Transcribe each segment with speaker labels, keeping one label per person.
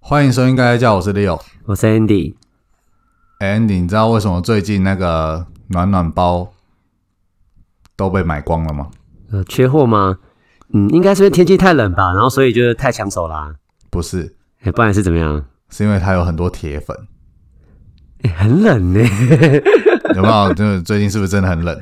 Speaker 1: 欢迎收听《该该叫》，我是 Leo。
Speaker 2: 我是 Andy，
Speaker 1: 哎 Andy，你知道为什么最近那个暖暖包都被买光了吗？
Speaker 2: 呃，缺货吗？嗯，应该是因为天气太冷吧，然后所以就是太抢手啦、
Speaker 1: 不是，
Speaker 2: 哎，不然是怎么样？
Speaker 1: 是因为它有很多铁粉，
Speaker 2: 哎，很冷 呢、
Speaker 1: 有没有？就是最近是不是真的很 冷？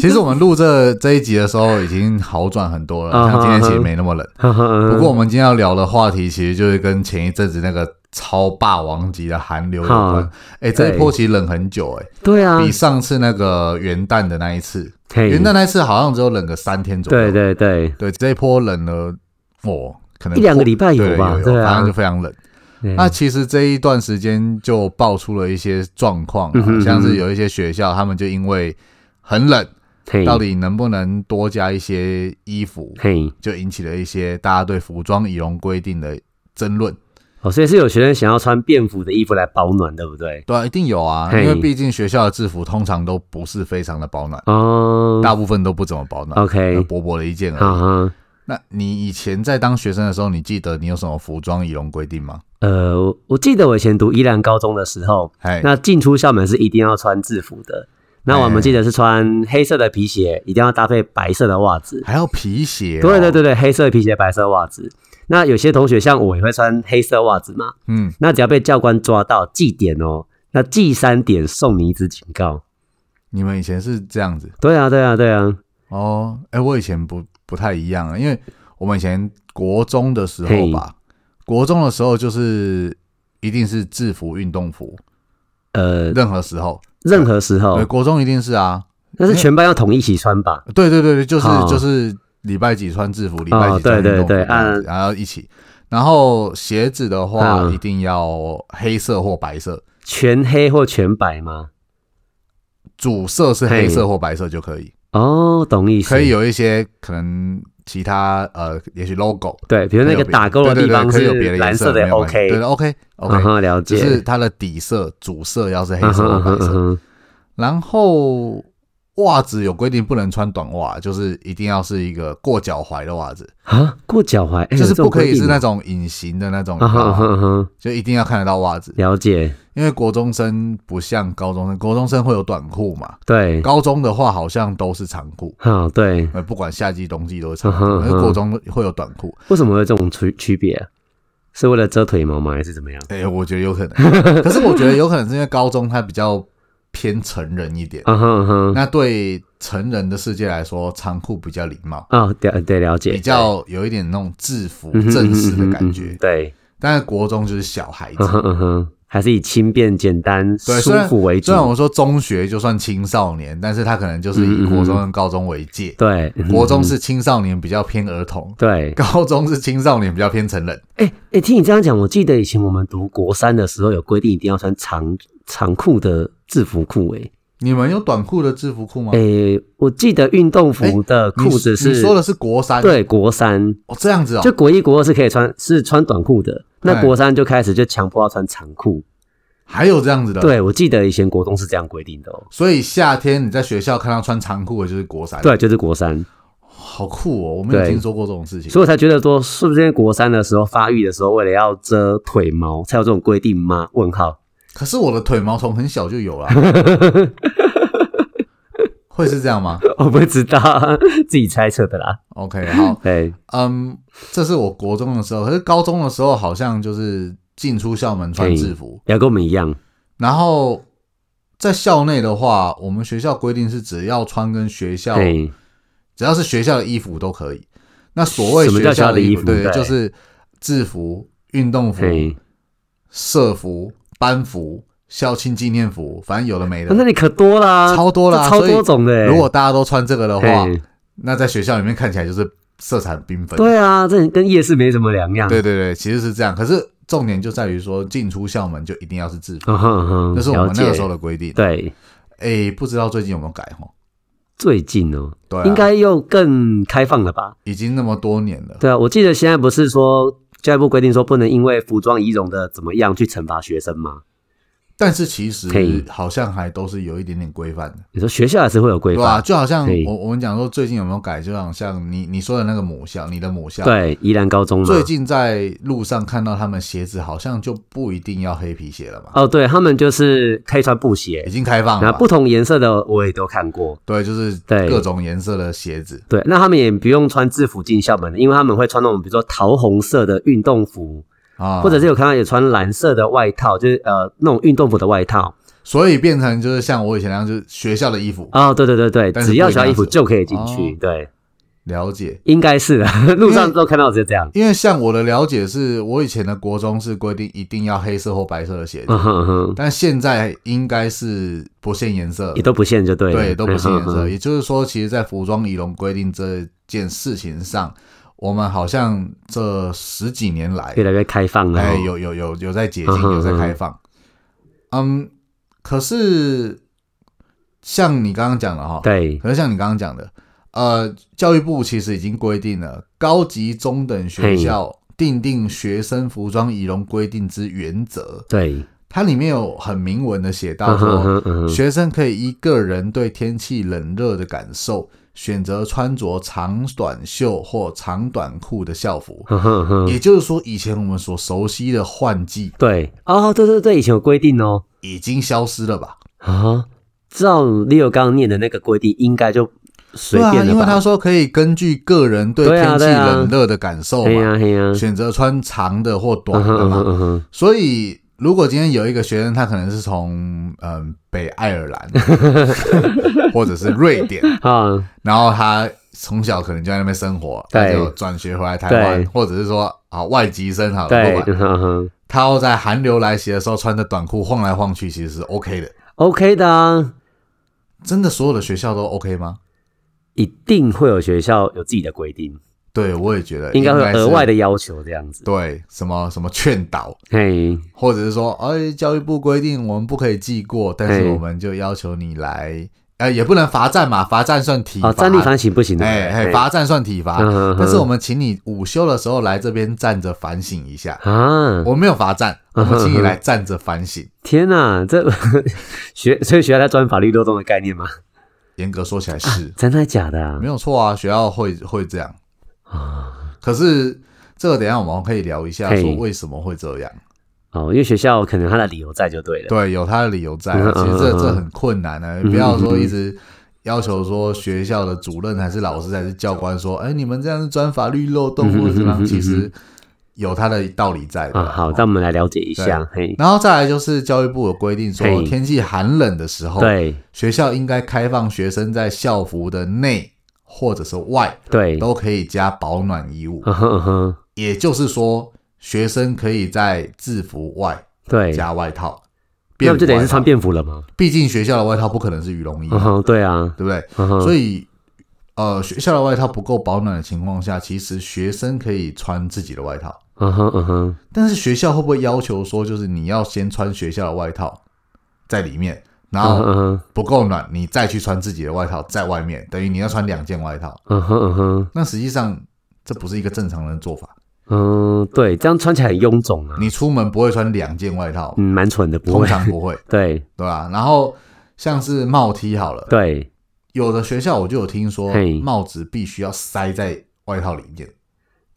Speaker 1: 其实我们录这这一集的时候已经好转很多了，
Speaker 2: 啊嗯
Speaker 1: 像今天其实
Speaker 2: 啊
Speaker 1: 没那么冷。不
Speaker 2: 不
Speaker 1: 过我们今天要聊的话题，其实就是跟前一阵子那个超霸王级的寒流有关
Speaker 2: 哈。
Speaker 1: 哎、这一
Speaker 2: 对
Speaker 1: 波其实冷很久、哎、
Speaker 2: 对啊，
Speaker 1: 比上次那个元旦的那一次，
Speaker 2: 嘿
Speaker 1: 元旦那一次好像只有冷个三天左右。
Speaker 2: 哎对对对，
Speaker 1: 对，这一波冷了，哦，可能
Speaker 2: 一两个礼拜有
Speaker 1: 对
Speaker 2: 吧
Speaker 1: 有有
Speaker 2: 对啊
Speaker 1: 反正就非常冷。
Speaker 2: 对
Speaker 1: 那其实这一段时间就爆出了一些状况、
Speaker 2: 嗯
Speaker 1: 啊，
Speaker 2: 哼
Speaker 1: 像是有一些学校，他们就因为很冷，
Speaker 2: 嘿
Speaker 1: 到底能不能多加一些衣服，
Speaker 2: 嘿，
Speaker 1: 就引起了一些大家对服装仪容规定的争论。
Speaker 2: 哦，所以是有学生想要穿便服的衣服来保暖，对不对？
Speaker 1: 对啊，一定有啊，因
Speaker 2: 嘿
Speaker 1: 为毕竟学校的制服通常都不是非常的保暖，
Speaker 2: 哦
Speaker 1: 大部分都不怎么保暖，
Speaker 2: ，OK，
Speaker 1: 薄薄的一件而已。
Speaker 2: 哈哈，
Speaker 1: 那你以前在当学生的时候，你记得你有什么服装仪容规定吗？
Speaker 2: 呃，我我记得我以前读宜兰高中的时候，
Speaker 1: 哎，
Speaker 2: 那进出校门是一定要穿制服的。那我
Speaker 1: 嘿
Speaker 2: 们记得是穿黑色的皮鞋，一定要搭配白色的袜子。
Speaker 1: 还要皮鞋、哦
Speaker 2: 对对，对对，黑色皮鞋、白色袜子。那有些同学像我也会穿黑色袜子嘛，
Speaker 1: 嗯，
Speaker 2: 那只要被教官抓到记点哦，那记三点送你一支警告。
Speaker 1: 你们以前是这样子
Speaker 2: 对啊，对啊，对啊，
Speaker 1: 哦。哎、我以前不不太一样啊，因为我们以前国中的时候吧，国中的时候就是一定是制服运动服，
Speaker 2: 呃，
Speaker 1: 任何时候，
Speaker 2: 任何时
Speaker 1: 对，
Speaker 2: 候，
Speaker 1: 国中一定是啊，
Speaker 2: 那是全班要统一起穿吧？
Speaker 1: 对对对对，就是、
Speaker 2: 哦
Speaker 1: 就是礼拜几穿制服，礼拜几穿运
Speaker 2: 对对
Speaker 1: 动服这
Speaker 2: 对啊
Speaker 1: 样子，然后一起。然后鞋子的话，
Speaker 2: 嗯
Speaker 1: 一定要黑色或白色，
Speaker 2: 全黑或全白吗？
Speaker 1: 主色是黑色
Speaker 2: 嘿
Speaker 1: 或白色就可以，
Speaker 2: 哦，懂意思。
Speaker 1: 可以有一些可能其他呃，也许 logo
Speaker 2: 对，比如那个打勾的地方
Speaker 1: 可以
Speaker 2: 是
Speaker 1: 有别对对对可以有别的
Speaker 2: 蓝
Speaker 1: 颜
Speaker 2: 色的
Speaker 1: 没有关系
Speaker 2: ，OK，
Speaker 1: 对的，OK
Speaker 2: 嗯
Speaker 1: OK，
Speaker 2: 哼，了
Speaker 1: 只
Speaker 2: 解。
Speaker 1: 是它的底色主色要是黑
Speaker 2: 嗯
Speaker 1: 色
Speaker 2: 哼
Speaker 1: 或
Speaker 2: 嗯哼
Speaker 1: 白色，
Speaker 2: 嗯哼
Speaker 1: 然后袜子有规定不能穿短袜，就是一定要是一个过脚踝的袜子，
Speaker 2: 啊，过脚踝，哎
Speaker 1: 就是不可以是那。
Speaker 2: 有这种规定吗
Speaker 1: 种隐形的那种，你知
Speaker 2: 嗯哼
Speaker 1: 道
Speaker 2: 嗯
Speaker 1: 吗
Speaker 2: 哼嗯哼，
Speaker 1: 就一定要看得到袜子，
Speaker 2: 了解。
Speaker 1: 因为国中生不像高中生，国中生会有短裤嘛，
Speaker 2: 对，
Speaker 1: 高中的话好像都是长裤。
Speaker 2: 好对，
Speaker 1: 呃，不管夏季、冬季都是长
Speaker 2: 嗯
Speaker 1: 裤，
Speaker 2: 哼
Speaker 1: 因为国中会有短裤，
Speaker 2: 为什么会有这种区区别、啊？是为了遮腿毛吗？还是怎么样？
Speaker 1: 哎、我觉得有可能，可 是我觉得有可能是因为高中它比较偏成人一点，
Speaker 2: 啊哈啊哈，
Speaker 1: 那对成人的世界来说，长裤比较礼貌，
Speaker 2: 哦，对对，了解，
Speaker 1: 比较有一点那种制服
Speaker 2: 对嗯哼
Speaker 1: 正式的感
Speaker 2: 嗯哼嗯
Speaker 1: 觉
Speaker 2: 哼。对，
Speaker 1: 但是国中就是小孩
Speaker 2: 嗯
Speaker 1: 子，
Speaker 2: 哼嗯哼，还是以轻便、简单、
Speaker 1: 对，
Speaker 2: 舒
Speaker 1: 虽然
Speaker 2: 服为主嗯
Speaker 1: 虽。然我说中学就算青少年，但是他可能就是以国中跟高中为界，
Speaker 2: 对，嗯
Speaker 1: 国中是青少年比较偏儿童，
Speaker 2: 对，
Speaker 1: 高中是青少年比较偏成人。
Speaker 2: 哎、哎、听你这样讲，我记得以前我们读国三的时候有规定，一定要穿长长裤的制服裤、诶
Speaker 1: 你们有短裤的制服裤吗
Speaker 2: 哎、？我记得运动服的
Speaker 1: 你
Speaker 2: 裤子是、
Speaker 1: 你说的是国三，
Speaker 2: 对国三，
Speaker 1: 哦，这样子哦，
Speaker 2: 就国一国二是可以穿是穿短裤的，那
Speaker 1: 哎
Speaker 2: 国三就开始就强迫要穿长裤。
Speaker 1: 还有这样子的，。
Speaker 2: 对，我记得以前国中是这样规定的哦。
Speaker 1: 所以夏天你在学校看到穿长裤的就是国三，，
Speaker 2: 对，就是国三，
Speaker 1: 好酷哦！我没有
Speaker 2: 对
Speaker 1: 听说过这种事情。
Speaker 2: 所以我才觉得说，是不是因为国三的时候发育的时候，为了要遮腿毛，才有这种规定吗？问号。
Speaker 1: 可是我的腿毛从很小就有啦，会是这样吗
Speaker 2: 我不知道， 自己猜测的啦。
Speaker 1: ？OK，好，
Speaker 2: 对，
Speaker 1: 嗯，这是我国中的时候，可是高中的时候好像就是进出校门穿制服，
Speaker 2: 也要跟我们一样。
Speaker 1: 然后在校内的话，我们学校规定是只要穿跟学校
Speaker 2: 嘿，
Speaker 1: 只要是学校的衣服都可以。那所谓
Speaker 2: 什么叫
Speaker 1: 学校的衣
Speaker 2: 学校的衣服
Speaker 1: 对，
Speaker 2: 对
Speaker 1: 就是制服、运动服、
Speaker 2: 嘿，
Speaker 1: 社服、班服、校庆纪念服，反正有的没的，
Speaker 2: 啊那你可多啦，
Speaker 1: 超多啦
Speaker 2: 这超
Speaker 1: 所以
Speaker 2: 多种的欸。
Speaker 1: 如果大家都穿这个的话，
Speaker 2: 嘿
Speaker 1: 那在学校里面看起来就是色彩缤纷。
Speaker 2: 对啊，这跟夜市没什么两样。
Speaker 1: 对对对其实是这样。可是重点就在于说，进出校门就一定要是制服，
Speaker 2: 嗯哼，嗯哼
Speaker 1: 那是我们那
Speaker 2: 了
Speaker 1: 个
Speaker 2: 解
Speaker 1: 时候的规定。
Speaker 2: 对，
Speaker 1: 哎，不知道最近有没有改哦？
Speaker 2: 最近哦，
Speaker 1: 对啊、
Speaker 2: 应该又更开放了吧？
Speaker 1: 已经那么多年了。
Speaker 2: 对啊，我记得现在不是说教育部规定说不能因为服装仪容的怎么样去惩罚学生吗？
Speaker 1: 但是其实
Speaker 2: 嘿
Speaker 1: 好像还都是有一点点规范的，
Speaker 2: 你说学校也是会有规
Speaker 1: 对啊吧、
Speaker 2: 范，
Speaker 1: 就好像
Speaker 2: 嘿
Speaker 1: 我我们讲说最近有没有改，就好像你你说的那个母校，你的母校，，
Speaker 2: 对，宜兰高中嘛。
Speaker 1: 啊最近在路上看到他们鞋子好像就不一定要黑皮鞋了嘛，
Speaker 2: 哦，对他们就是可以穿布
Speaker 1: 已
Speaker 2: 鞋，
Speaker 1: 经开放
Speaker 2: 那
Speaker 1: 了吧
Speaker 2: 不。同颜色的我也都看过。
Speaker 1: 对，就是
Speaker 2: 对
Speaker 1: 各种颜色的鞋子，
Speaker 2: 对，那他们也不用穿制服进校门的，因为他们会穿那种比如说桃红色的运动服，
Speaker 1: 啊，
Speaker 2: 或者是有看到也穿蓝色的外套，就是呃那种运动服的外套。
Speaker 1: 所以变成就是像我以前那样，就是学校的衣服。
Speaker 2: 哦，对对对对，
Speaker 1: 但是
Speaker 2: 只要
Speaker 1: 不一定
Speaker 2: 学校衣服
Speaker 1: 要是
Speaker 2: 就可以进去。
Speaker 1: 哦
Speaker 2: 对，
Speaker 1: 了解，
Speaker 2: 应该是的， 路上都看到是 这样。
Speaker 1: 因为像我的了解是，我以前的国中是规定一定要黑色或白色的鞋子，
Speaker 2: 嗯哼哼，
Speaker 1: 但现在应该是不限颜色
Speaker 2: 也，都不限就对了，
Speaker 1: 对，都不限颜
Speaker 2: 嗯哼
Speaker 1: 色。
Speaker 2: 哼
Speaker 1: 也就是说，其实，在服装仪容规定这件事情上，我们好像这十几年来，
Speaker 2: 越来越开放了哦。
Speaker 1: 哎，有有有有在解禁，
Speaker 2: 嗯哼
Speaker 1: 有在开放。嗯，可是像你刚刚讲的哈，
Speaker 2: 对
Speaker 1: 可是像你刚刚讲的，呃，教育部其实已经规定了，高级中等学校订定学生服装仪容规定之原则，
Speaker 2: 对，
Speaker 1: 它里面有很明文的写到
Speaker 2: 嗯哼
Speaker 1: 说，
Speaker 2: 哼嗯哼，
Speaker 1: 学生可以依个人对天气冷热的感受，选择穿着长短袖或长短裤的校服。
Speaker 2: 嗯哼哼，
Speaker 1: 也就是说，以前我们所熟悉的换季
Speaker 2: 对哦，对对对，以前有规定哦
Speaker 1: 已经消失了吧？
Speaker 2: 啊，照 Leo 刚刚念的那个规定，应该就随
Speaker 1: 对啊，
Speaker 2: 便了
Speaker 1: 因为他
Speaker 2: 吧？
Speaker 1: 说可以根据个人对
Speaker 2: 对啊
Speaker 1: 天气
Speaker 2: 对啊
Speaker 1: 冷热的感受
Speaker 2: 嘿呀
Speaker 1: 嘛，
Speaker 2: 嘿呀，
Speaker 1: 选择穿长的或短
Speaker 2: 嗯哼
Speaker 1: 的
Speaker 2: 嗯哼
Speaker 1: 嘛。
Speaker 2: 嗯哼，
Speaker 1: 所以，如果今天有一个学生，他可能是从嗯、北爱尔兰 或者是瑞典，
Speaker 2: 啊，
Speaker 1: 然后他从小可能就在那边生活，他
Speaker 2: 对
Speaker 1: 就转学回来台湾
Speaker 2: 对，
Speaker 1: 或者是说啊外籍生好了，
Speaker 2: 对
Speaker 1: 不，管
Speaker 2: 嗯哼嗯哼
Speaker 1: 他要在寒流来袭的时候穿着短裤晃来晃去，其实是 OK 的。
Speaker 2: ，OK 的啊，
Speaker 1: 真的所有的学校都 OK 吗？
Speaker 2: 一定会有学校有自己的规定，
Speaker 1: 对，我也觉得
Speaker 2: 应该会有
Speaker 1: 是
Speaker 2: 额外的要求这样子。
Speaker 1: 对什么什么劝导，
Speaker 2: 嘿，
Speaker 1: 或者是说，哎，教育部规定我们不可以记过，但是
Speaker 2: 嘿
Speaker 1: 我们就要求你来，哎，也不能罚站嘛，罚站算体罚，
Speaker 2: 啊，站立反省不行的，
Speaker 1: 哎哎，
Speaker 2: 嘿
Speaker 1: 罚站算体罚，
Speaker 2: 嗯嗯嗯
Speaker 1: 但是我们请你午休的时候来这边站着反省一下，
Speaker 2: 啊，
Speaker 1: 我没有罚站，我
Speaker 2: 嗯
Speaker 1: 们请你
Speaker 2: 嗯嗯
Speaker 1: 来站着反省。
Speaker 2: 天哪，这 学所以学校在钻法律漏洞的概念吗？
Speaker 1: 严格说起来是
Speaker 2: 真的假的啊
Speaker 1: 没？有错啊，学校会会这样，
Speaker 2: 啊
Speaker 1: 可是这个等一下我们可以聊一下，
Speaker 2: 嘿
Speaker 1: 说为什么会这样。
Speaker 2: 哦，因为学校可能他的理由在就对了。
Speaker 1: 对，有他的理由在啊。
Speaker 2: 嗯
Speaker 1: 其实这
Speaker 2: 嗯嗯
Speaker 1: 这很困难的、
Speaker 2: 嗯
Speaker 1: 不要说一直要求说学校的主任还是老师还是教官说，哎，你们这样是钻法律漏洞
Speaker 2: 嗯嗯
Speaker 1: 或者怎么
Speaker 2: 嗯
Speaker 1: 样，
Speaker 2: 嗯
Speaker 1: 其实有他的道理在的
Speaker 2: 啊，
Speaker 1: 啦。
Speaker 2: 好，
Speaker 1: 哦
Speaker 2: 那我们来了解一下。嘿，
Speaker 1: 然后再来就是教育部有规定说，
Speaker 2: 嘿
Speaker 1: 天气寒冷的时候，
Speaker 2: 对
Speaker 1: 学校应该开放学生在校服的内或者是外
Speaker 2: 对，
Speaker 1: 都可以加保暖衣物，
Speaker 2: 嗯嗯哼嗯哼，
Speaker 1: 也就是说，学生可以在制服外
Speaker 2: 对，
Speaker 1: 加外套。
Speaker 2: 嗯那不就等于
Speaker 1: 便
Speaker 2: 是
Speaker 1: 服外
Speaker 2: 穿
Speaker 1: 套
Speaker 2: 便服了吗？
Speaker 1: 毕竟学校的外套不可能是羽绒衣嘛，
Speaker 2: 嗯哼，对啊，
Speaker 1: 对不对？
Speaker 2: 嗯哼，
Speaker 1: 所
Speaker 2: 以
Speaker 1: 以，呃，学校的外套不够保暖的情况下，其实学生可以穿自己的外套。
Speaker 2: 嗯哼嗯哼，
Speaker 1: 但是学校会不会要求说，就是你要先穿学校的外套在里面，然
Speaker 2: 嗯哼
Speaker 1: 后
Speaker 2: 嗯哼
Speaker 1: 不够暖，你再去穿自己的外套在外面，等于你要穿两件外套。
Speaker 2: 嗯哼嗯哼，
Speaker 1: 那实际上这不是一个正常人的做法。
Speaker 2: 嗯，对，这样穿起来很臃肿啊，
Speaker 1: 你出门不会穿两件外套，
Speaker 2: 嗯，蛮蠢的，不
Speaker 1: 通
Speaker 2: 会，
Speaker 1: 常不会，
Speaker 2: 对
Speaker 1: 对吧、然后像是帽 T 好了，
Speaker 2: 对，
Speaker 1: 有的学校我就有听说
Speaker 2: 嘿，啊
Speaker 1: 帽子必须要塞在外套里面。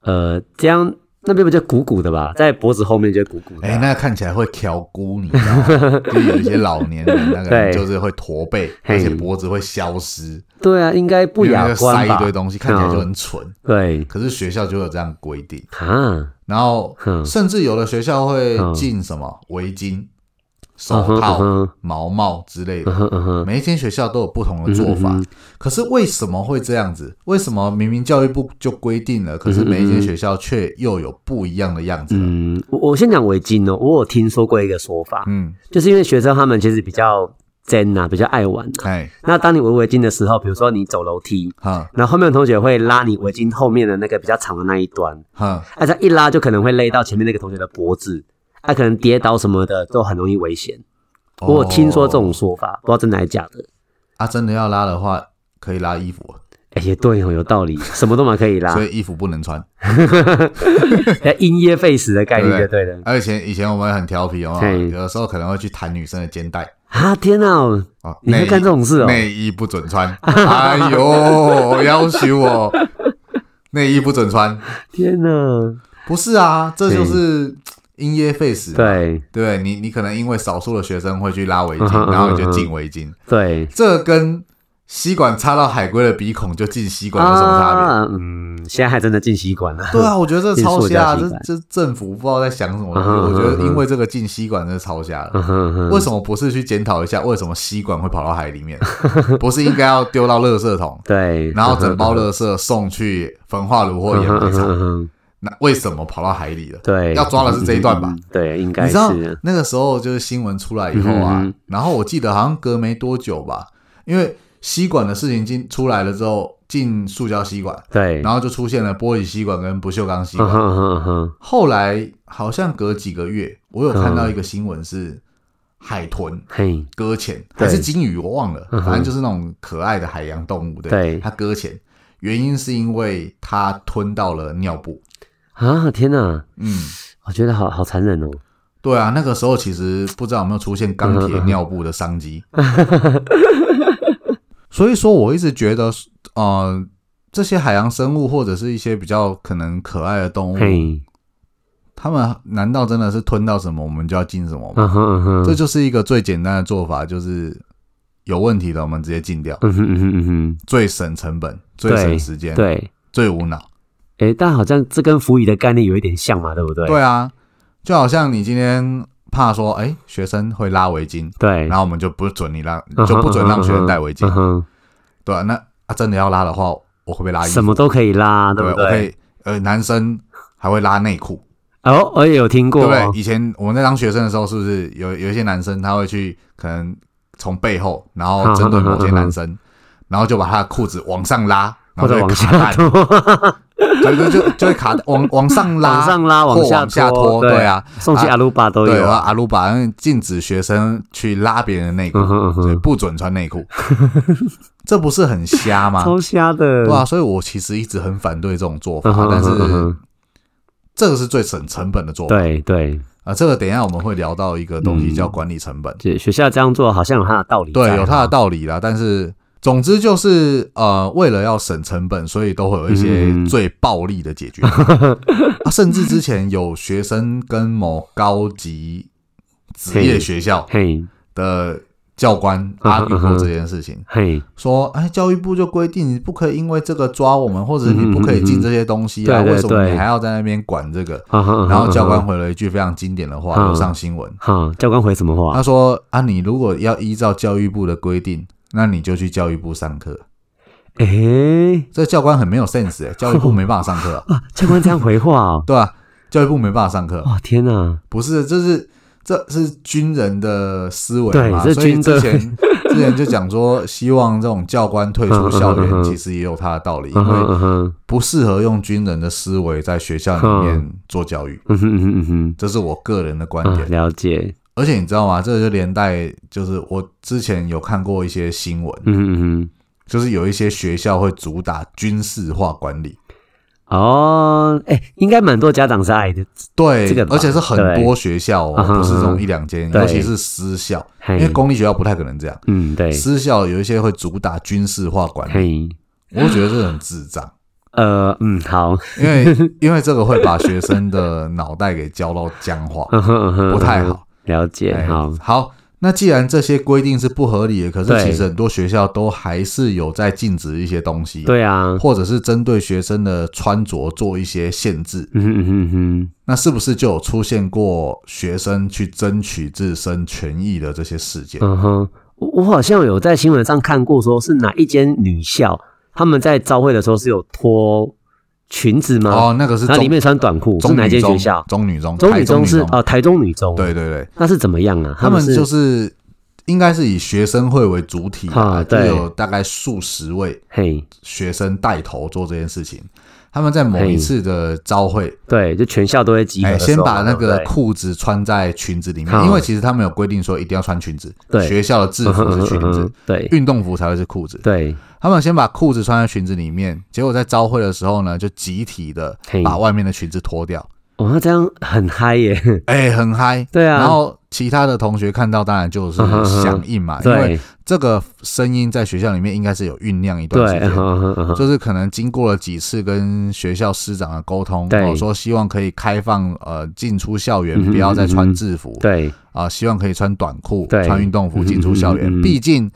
Speaker 2: 呃，这样那边不就鼓鼓的吧，在脖子后面就鼓鼓的
Speaker 1: 哎、
Speaker 2: 啊，
Speaker 1: 那看起来会挑菇，你知道 吗？就有一些老年人，那个人
Speaker 2: 对
Speaker 1: 就是会驼背，
Speaker 2: 嘿
Speaker 1: 而且脖子会消失，
Speaker 2: 对啊，应该不
Speaker 1: 因为那
Speaker 2: 雅
Speaker 1: 个塞
Speaker 2: 观
Speaker 1: 一
Speaker 2: 吧嗯
Speaker 1: 堆？东西，看起来就很蠢。
Speaker 2: 对
Speaker 1: 可是学校就有这样规定，
Speaker 2: 啊，
Speaker 1: 然后
Speaker 2: 嗯
Speaker 1: 甚至有的学校会
Speaker 2: 嗯
Speaker 1: 进什么围巾、手
Speaker 2: 嗯哼
Speaker 1: 套
Speaker 2: 嗯哼、
Speaker 1: 毛帽之类的
Speaker 2: 嗯。哼嗯哼，
Speaker 1: 每一间学校都有不同的做法，
Speaker 2: 嗯嗯
Speaker 1: 可是为什么会这样子？为什么明明教育部就规定了，可是每一间学校却又有不一样的样子呢？
Speaker 2: 嗯，我我先讲围巾哦，我有听说过一个说法，
Speaker 1: 嗯，
Speaker 2: 就是因为学生他们其实比较真啊，比较爱玩、啊。
Speaker 1: 哎，
Speaker 2: 那当你围围巾的时候，比如说你走楼梯，
Speaker 1: 哈
Speaker 2: 然后后面的同学会拉你围巾后面的那个比较长的那一端，
Speaker 1: 哈，
Speaker 2: 啊，这样一拉就可能会勒到前面那个同学的脖子，他、可能跌倒什么的都很容易危险。 我有听说这种
Speaker 1: 哦
Speaker 2: 说法，不知道真的还是假的。
Speaker 1: 啊，真的要拉的话，可以拉衣服，
Speaker 2: 哎、也对哦，有道理，什么都蛮可以啦
Speaker 1: 所，以衣服不能穿。
Speaker 2: 要因噎废食的概率就对了。
Speaker 1: 而且以前以前我们很调皮哦，
Speaker 2: 嘿
Speaker 1: 有的时候可能会去弹女生的肩带
Speaker 2: 啊天啊，
Speaker 1: 哦，
Speaker 2: 你会
Speaker 1: 内衣
Speaker 2: 干这种事哦
Speaker 1: 内衣不准穿，哎呦，要求哦，内衣不准穿，
Speaker 2: 天哪，
Speaker 1: 不是啊，这就是因噎废食，啊
Speaker 2: 对啊
Speaker 1: 对不对，你你可能因为少数的学生会去拉围
Speaker 2: 嗯哼
Speaker 1: 巾，然后你
Speaker 2: 嗯
Speaker 1: 就
Speaker 2: 哼
Speaker 1: 进围巾，
Speaker 2: 对，
Speaker 1: 这跟吸管插到海龟的鼻孔就进吸管有什么差别？
Speaker 2: 啊？嗯，现在还真的进吸管了。
Speaker 1: 对啊，我觉得 这超瞎，这
Speaker 2: 进塑胶吸管
Speaker 1: 这政府不知道在想什么。
Speaker 2: 嗯哼
Speaker 1: 我觉
Speaker 2: 嗯
Speaker 1: 得
Speaker 2: 哼
Speaker 1: 因为这个进吸管真的超瞎
Speaker 2: 嗯
Speaker 1: 了。
Speaker 2: 哼哼
Speaker 1: 为什么不是去检讨一下为什么吸管会跑到海里 面？不是应该要丢到垃圾桶，
Speaker 2: 对，
Speaker 1: 然后整包垃
Speaker 2: 的
Speaker 1: 圾送去焚化炉或
Speaker 2: 嗯
Speaker 1: 掩
Speaker 2: 哼
Speaker 1: 埋
Speaker 2: 嗯哼
Speaker 1: 场？
Speaker 2: 嗯哼
Speaker 1: 那为什么跑到海里了？
Speaker 2: 对，
Speaker 1: 要抓的是这一段吧
Speaker 2: 嗯？对，应该
Speaker 1: 你知道
Speaker 2: 是。
Speaker 1: 那个时候就是新闻出来以后啊，
Speaker 2: 嗯哼
Speaker 1: 然后我记得好像隔没多久吧，因为吸管的事情进出来了之后，进塑胶吸管，
Speaker 2: 对，
Speaker 1: 然后就出现了玻璃吸管跟不锈钢吸
Speaker 2: 嗯
Speaker 1: 管。
Speaker 2: 哼嗯哼嗯哼，
Speaker 1: 后来好像隔几个月，我有看到一个新闻是海豚
Speaker 2: 嘿，
Speaker 1: 搁浅，
Speaker 2: 对
Speaker 1: 还是金鱼，我忘了，
Speaker 2: 嗯哼
Speaker 1: 反正就是那种可爱的海洋动物，对，
Speaker 2: 对
Speaker 1: 它搁浅，原因是因为它吞到了尿布。
Speaker 2: 啊，天哪，
Speaker 1: 嗯，
Speaker 2: 我觉得好好残忍哦。
Speaker 1: 对啊，那个时候其实不知道有没有出现
Speaker 2: 嗯
Speaker 1: 钢铁尿布的商机。 所以说，我一直觉得，呃，这些海洋生物或者是一些比较可能可爱的动物，
Speaker 2: 嘿，
Speaker 1: 他们难道真的是吞到什么我们就要进什么吗？
Speaker 2: 嗯哼嗯哼，
Speaker 1: 这就是一个最简单的做法，就是有问题的我们直接禁掉，
Speaker 2: 嗯哼嗯哼嗯哼，
Speaker 1: 最省成本、最省时间、
Speaker 2: 对。
Speaker 1: 最无脑。
Speaker 2: 诶，但好像这跟浮鱼的概念有一点像嘛，对不对？
Speaker 1: 对啊，就好像你今天怕说，哎、学生会拉围巾，
Speaker 2: 对，
Speaker 1: 然后我们就不准你让，
Speaker 2: 嗯哼
Speaker 1: 就不准让学生戴围巾
Speaker 2: 嗯。哼
Speaker 1: 对啊，那啊真的要拉的话，我会不会拉衣
Speaker 2: 什
Speaker 1: 服？
Speaker 2: 么都可以拉，对
Speaker 1: 对，
Speaker 2: 不
Speaker 1: 我可
Speaker 2: 对？
Speaker 1: 以。呃，男生还会拉内裤，
Speaker 2: 哦，我也有听过
Speaker 1: 对不
Speaker 2: 哦，
Speaker 1: 对？以前我们在当学生的时候，是不是有有一些男生他会去可能从背后，然后针对某些男 生，然后就把他的裤子往上拉，然后
Speaker 2: 或
Speaker 1: 就
Speaker 2: 者
Speaker 1: 会
Speaker 2: 往
Speaker 1: 卡
Speaker 2: 下
Speaker 1: 蛋，
Speaker 2: 拖，
Speaker 1: 对对，就就会卡 往往上拉，
Speaker 2: 往上拉，
Speaker 1: 或
Speaker 2: 下
Speaker 1: 往下拖，
Speaker 2: 对
Speaker 1: 对，啊，
Speaker 2: 送去阿鲁巴都
Speaker 1: 对，
Speaker 2: 有
Speaker 1: 然后
Speaker 2: 啊。
Speaker 1: 阿鲁巴禁止学生去拉别人的内裤
Speaker 2: 嗯，哼嗯
Speaker 1: 所以
Speaker 2: 哼，
Speaker 1: 不准穿内裤，这不是很瞎 吗？
Speaker 2: 超瞎的，
Speaker 1: 对啊，所以我其实一直很反对这种做法，
Speaker 2: 嗯哼
Speaker 1: 但
Speaker 2: 嗯哼嗯
Speaker 1: 是
Speaker 2: 哼
Speaker 1: 这个是最省成本的做法。
Speaker 2: 对对，
Speaker 1: 啊，这个等一下我们会聊到一个东西
Speaker 2: 嗯
Speaker 1: 叫管理成本，
Speaker 2: 这学校这样做好像有它的道理在啊，
Speaker 1: 对，有它的道理啦。但是总之就是呃，为了要省成本，所以都会有一些
Speaker 2: 嗯
Speaker 1: 最暴力的解决方案、 啊甚至之前有学生跟某高级职业学校
Speaker 2: 嘿
Speaker 1: 的教官
Speaker 2: 嗯
Speaker 1: 阿
Speaker 2: 嗯
Speaker 1: 过
Speaker 2: 嗯
Speaker 1: 这件事情，
Speaker 2: 嘿，
Speaker 1: 说，哎，教育部就规定你不可以因为这个抓我们，或者是你不可以进这些东西啊，
Speaker 2: 嗯嗯嗯嗯对对
Speaker 1: 为什么
Speaker 2: 对
Speaker 1: 你还要在那边管这个？
Speaker 2: 然
Speaker 1: 然后教官
Speaker 2: 哈
Speaker 1: 回了一句非常经典的话，
Speaker 2: 嗯
Speaker 1: 有上新闻，，
Speaker 2: 哼教官回什么话
Speaker 1: 他？说啊，你如果要依照教育部的规定，那你就去教育部上课。
Speaker 2: 诶，
Speaker 1: 这教官很没有 sense，、欸、教 育部没办法上课，
Speaker 2: 啊，教官这样回话 哦，
Speaker 1: 对吧、教育部没办法上课，啊
Speaker 2: 哇，天哪，
Speaker 1: 不是，这是这是军人的思维
Speaker 2: 对
Speaker 1: 嘛？
Speaker 2: 这
Speaker 1: 所以
Speaker 2: 军
Speaker 1: 之
Speaker 2: 队
Speaker 1: 前之 前就讲说，希望这种教官退出校
Speaker 2: 嗯嗯嗯嗯
Speaker 1: 园，
Speaker 2: 嗯
Speaker 1: 其实也有他的道理，因
Speaker 2: 嗯哼
Speaker 1: 为
Speaker 2: 嗯哼
Speaker 1: 不适合用军人的思维在学校里面做教育，
Speaker 2: 嗯哼嗯哼嗯哼
Speaker 1: 这是我个人的观
Speaker 2: 嗯，
Speaker 1: 点。
Speaker 2: 了解，
Speaker 1: 而且你知道吗？这就连带就是我之前有看过一些新闻，
Speaker 2: 嗯哼嗯哼。
Speaker 1: 就是有一些学校会主打军事化管理，
Speaker 2: 哦，哎、应该蛮多家长是爱的，
Speaker 1: 对，
Speaker 2: 这个吧
Speaker 1: 而且是很多学校、哦
Speaker 2: 对，
Speaker 1: 不是这种一两间，
Speaker 2: 对
Speaker 1: 尤其是私校，
Speaker 2: 嘿
Speaker 1: 因为公立学校不太可能这样。
Speaker 2: 嗯，对，
Speaker 1: 私校有一些会主打军事化管理，
Speaker 2: 嘿，
Speaker 1: 我觉得这很智障，
Speaker 2: 呃，嗯，好，
Speaker 1: 因 为因为这个会把学生的脑袋给教到僵化，
Speaker 2: 嗯哼嗯哼，
Speaker 1: 不太
Speaker 2: 嗯哼
Speaker 1: 好，
Speaker 2: 了解，
Speaker 1: 哎
Speaker 2: 好，
Speaker 1: 好，那既然这些规定是不合理的，可
Speaker 2: 对
Speaker 1: 是其实很多学校都还是有在禁止一些东西，，
Speaker 2: 对啊，
Speaker 1: 或者是针对学生的穿着做一些限制，
Speaker 2: 嗯哼嗯哼嗯哼，
Speaker 1: 那是不是就有出现过学生去争取自身权益的这些事件？
Speaker 2: 嗯哼，我我好像有在新闻上看过，说是哪一间女校，他们在招会的时候是有脱裙子吗？
Speaker 1: 哦，那个是
Speaker 2: 然后里
Speaker 1: 中
Speaker 2: 面穿短裤，是
Speaker 1: 中
Speaker 2: 哪
Speaker 1: 女
Speaker 2: 间学
Speaker 1: 中
Speaker 2: 校？
Speaker 1: 中女中，
Speaker 2: 中
Speaker 1: 台
Speaker 2: 女中是
Speaker 1: 中
Speaker 2: 哦，台中女中，，
Speaker 1: 对对对，
Speaker 2: 那是怎么样啊？
Speaker 1: 他
Speaker 2: 们
Speaker 1: 们
Speaker 2: 是
Speaker 1: 就是应该是以学生会为主体
Speaker 2: 啊
Speaker 1: 啊，就
Speaker 2: 对
Speaker 1: 有大概数十位
Speaker 2: 嘿，
Speaker 1: 学生带头做这件事情。他们在某一次的招会，
Speaker 2: 对，就全校都会集合
Speaker 1: 哎，
Speaker 2: 的时候
Speaker 1: 先
Speaker 2: 嘛，
Speaker 1: 把那个
Speaker 2: 对不对
Speaker 1: 裤子穿在裙子里面，
Speaker 2: 好
Speaker 1: 因为其实他们有规定说一定要穿裙子，
Speaker 2: 对
Speaker 1: 学校的制服是裙
Speaker 2: 嗯哼嗯哼嗯
Speaker 1: 子
Speaker 2: 哼，对
Speaker 1: 运动服才会是裤子。
Speaker 2: 对，
Speaker 1: 他们先把裤子穿在裙子里面，结果在招会的时候呢，就集体的
Speaker 2: 嘿
Speaker 1: 把外面的裙子脱掉，
Speaker 2: 哦，那这样很嗨耶！
Speaker 1: 哎、很嗨。
Speaker 2: 对啊，
Speaker 1: 然后其他的同学看到，当然就是
Speaker 2: 嗯哼哼
Speaker 1: 响应嘛，因为
Speaker 2: 对
Speaker 1: 这个声音在学校里面应该是有酝酿一段时
Speaker 2: 对，嗯
Speaker 1: 间，
Speaker 2: 哼嗯哼
Speaker 1: 就是可能经过了几次跟学校师长的沟通，
Speaker 2: 对
Speaker 1: 哦、说希望可以开放呃进出校园
Speaker 2: 嗯，哼
Speaker 1: 不要再
Speaker 2: 嗯
Speaker 1: 穿
Speaker 2: 哼
Speaker 1: 制服，
Speaker 2: 对
Speaker 1: 啊、希望可以穿短裤、
Speaker 2: 对
Speaker 1: 穿运动服进出校
Speaker 2: 嗯嗯嗯
Speaker 1: 园。
Speaker 2: 嗯
Speaker 1: 毕竟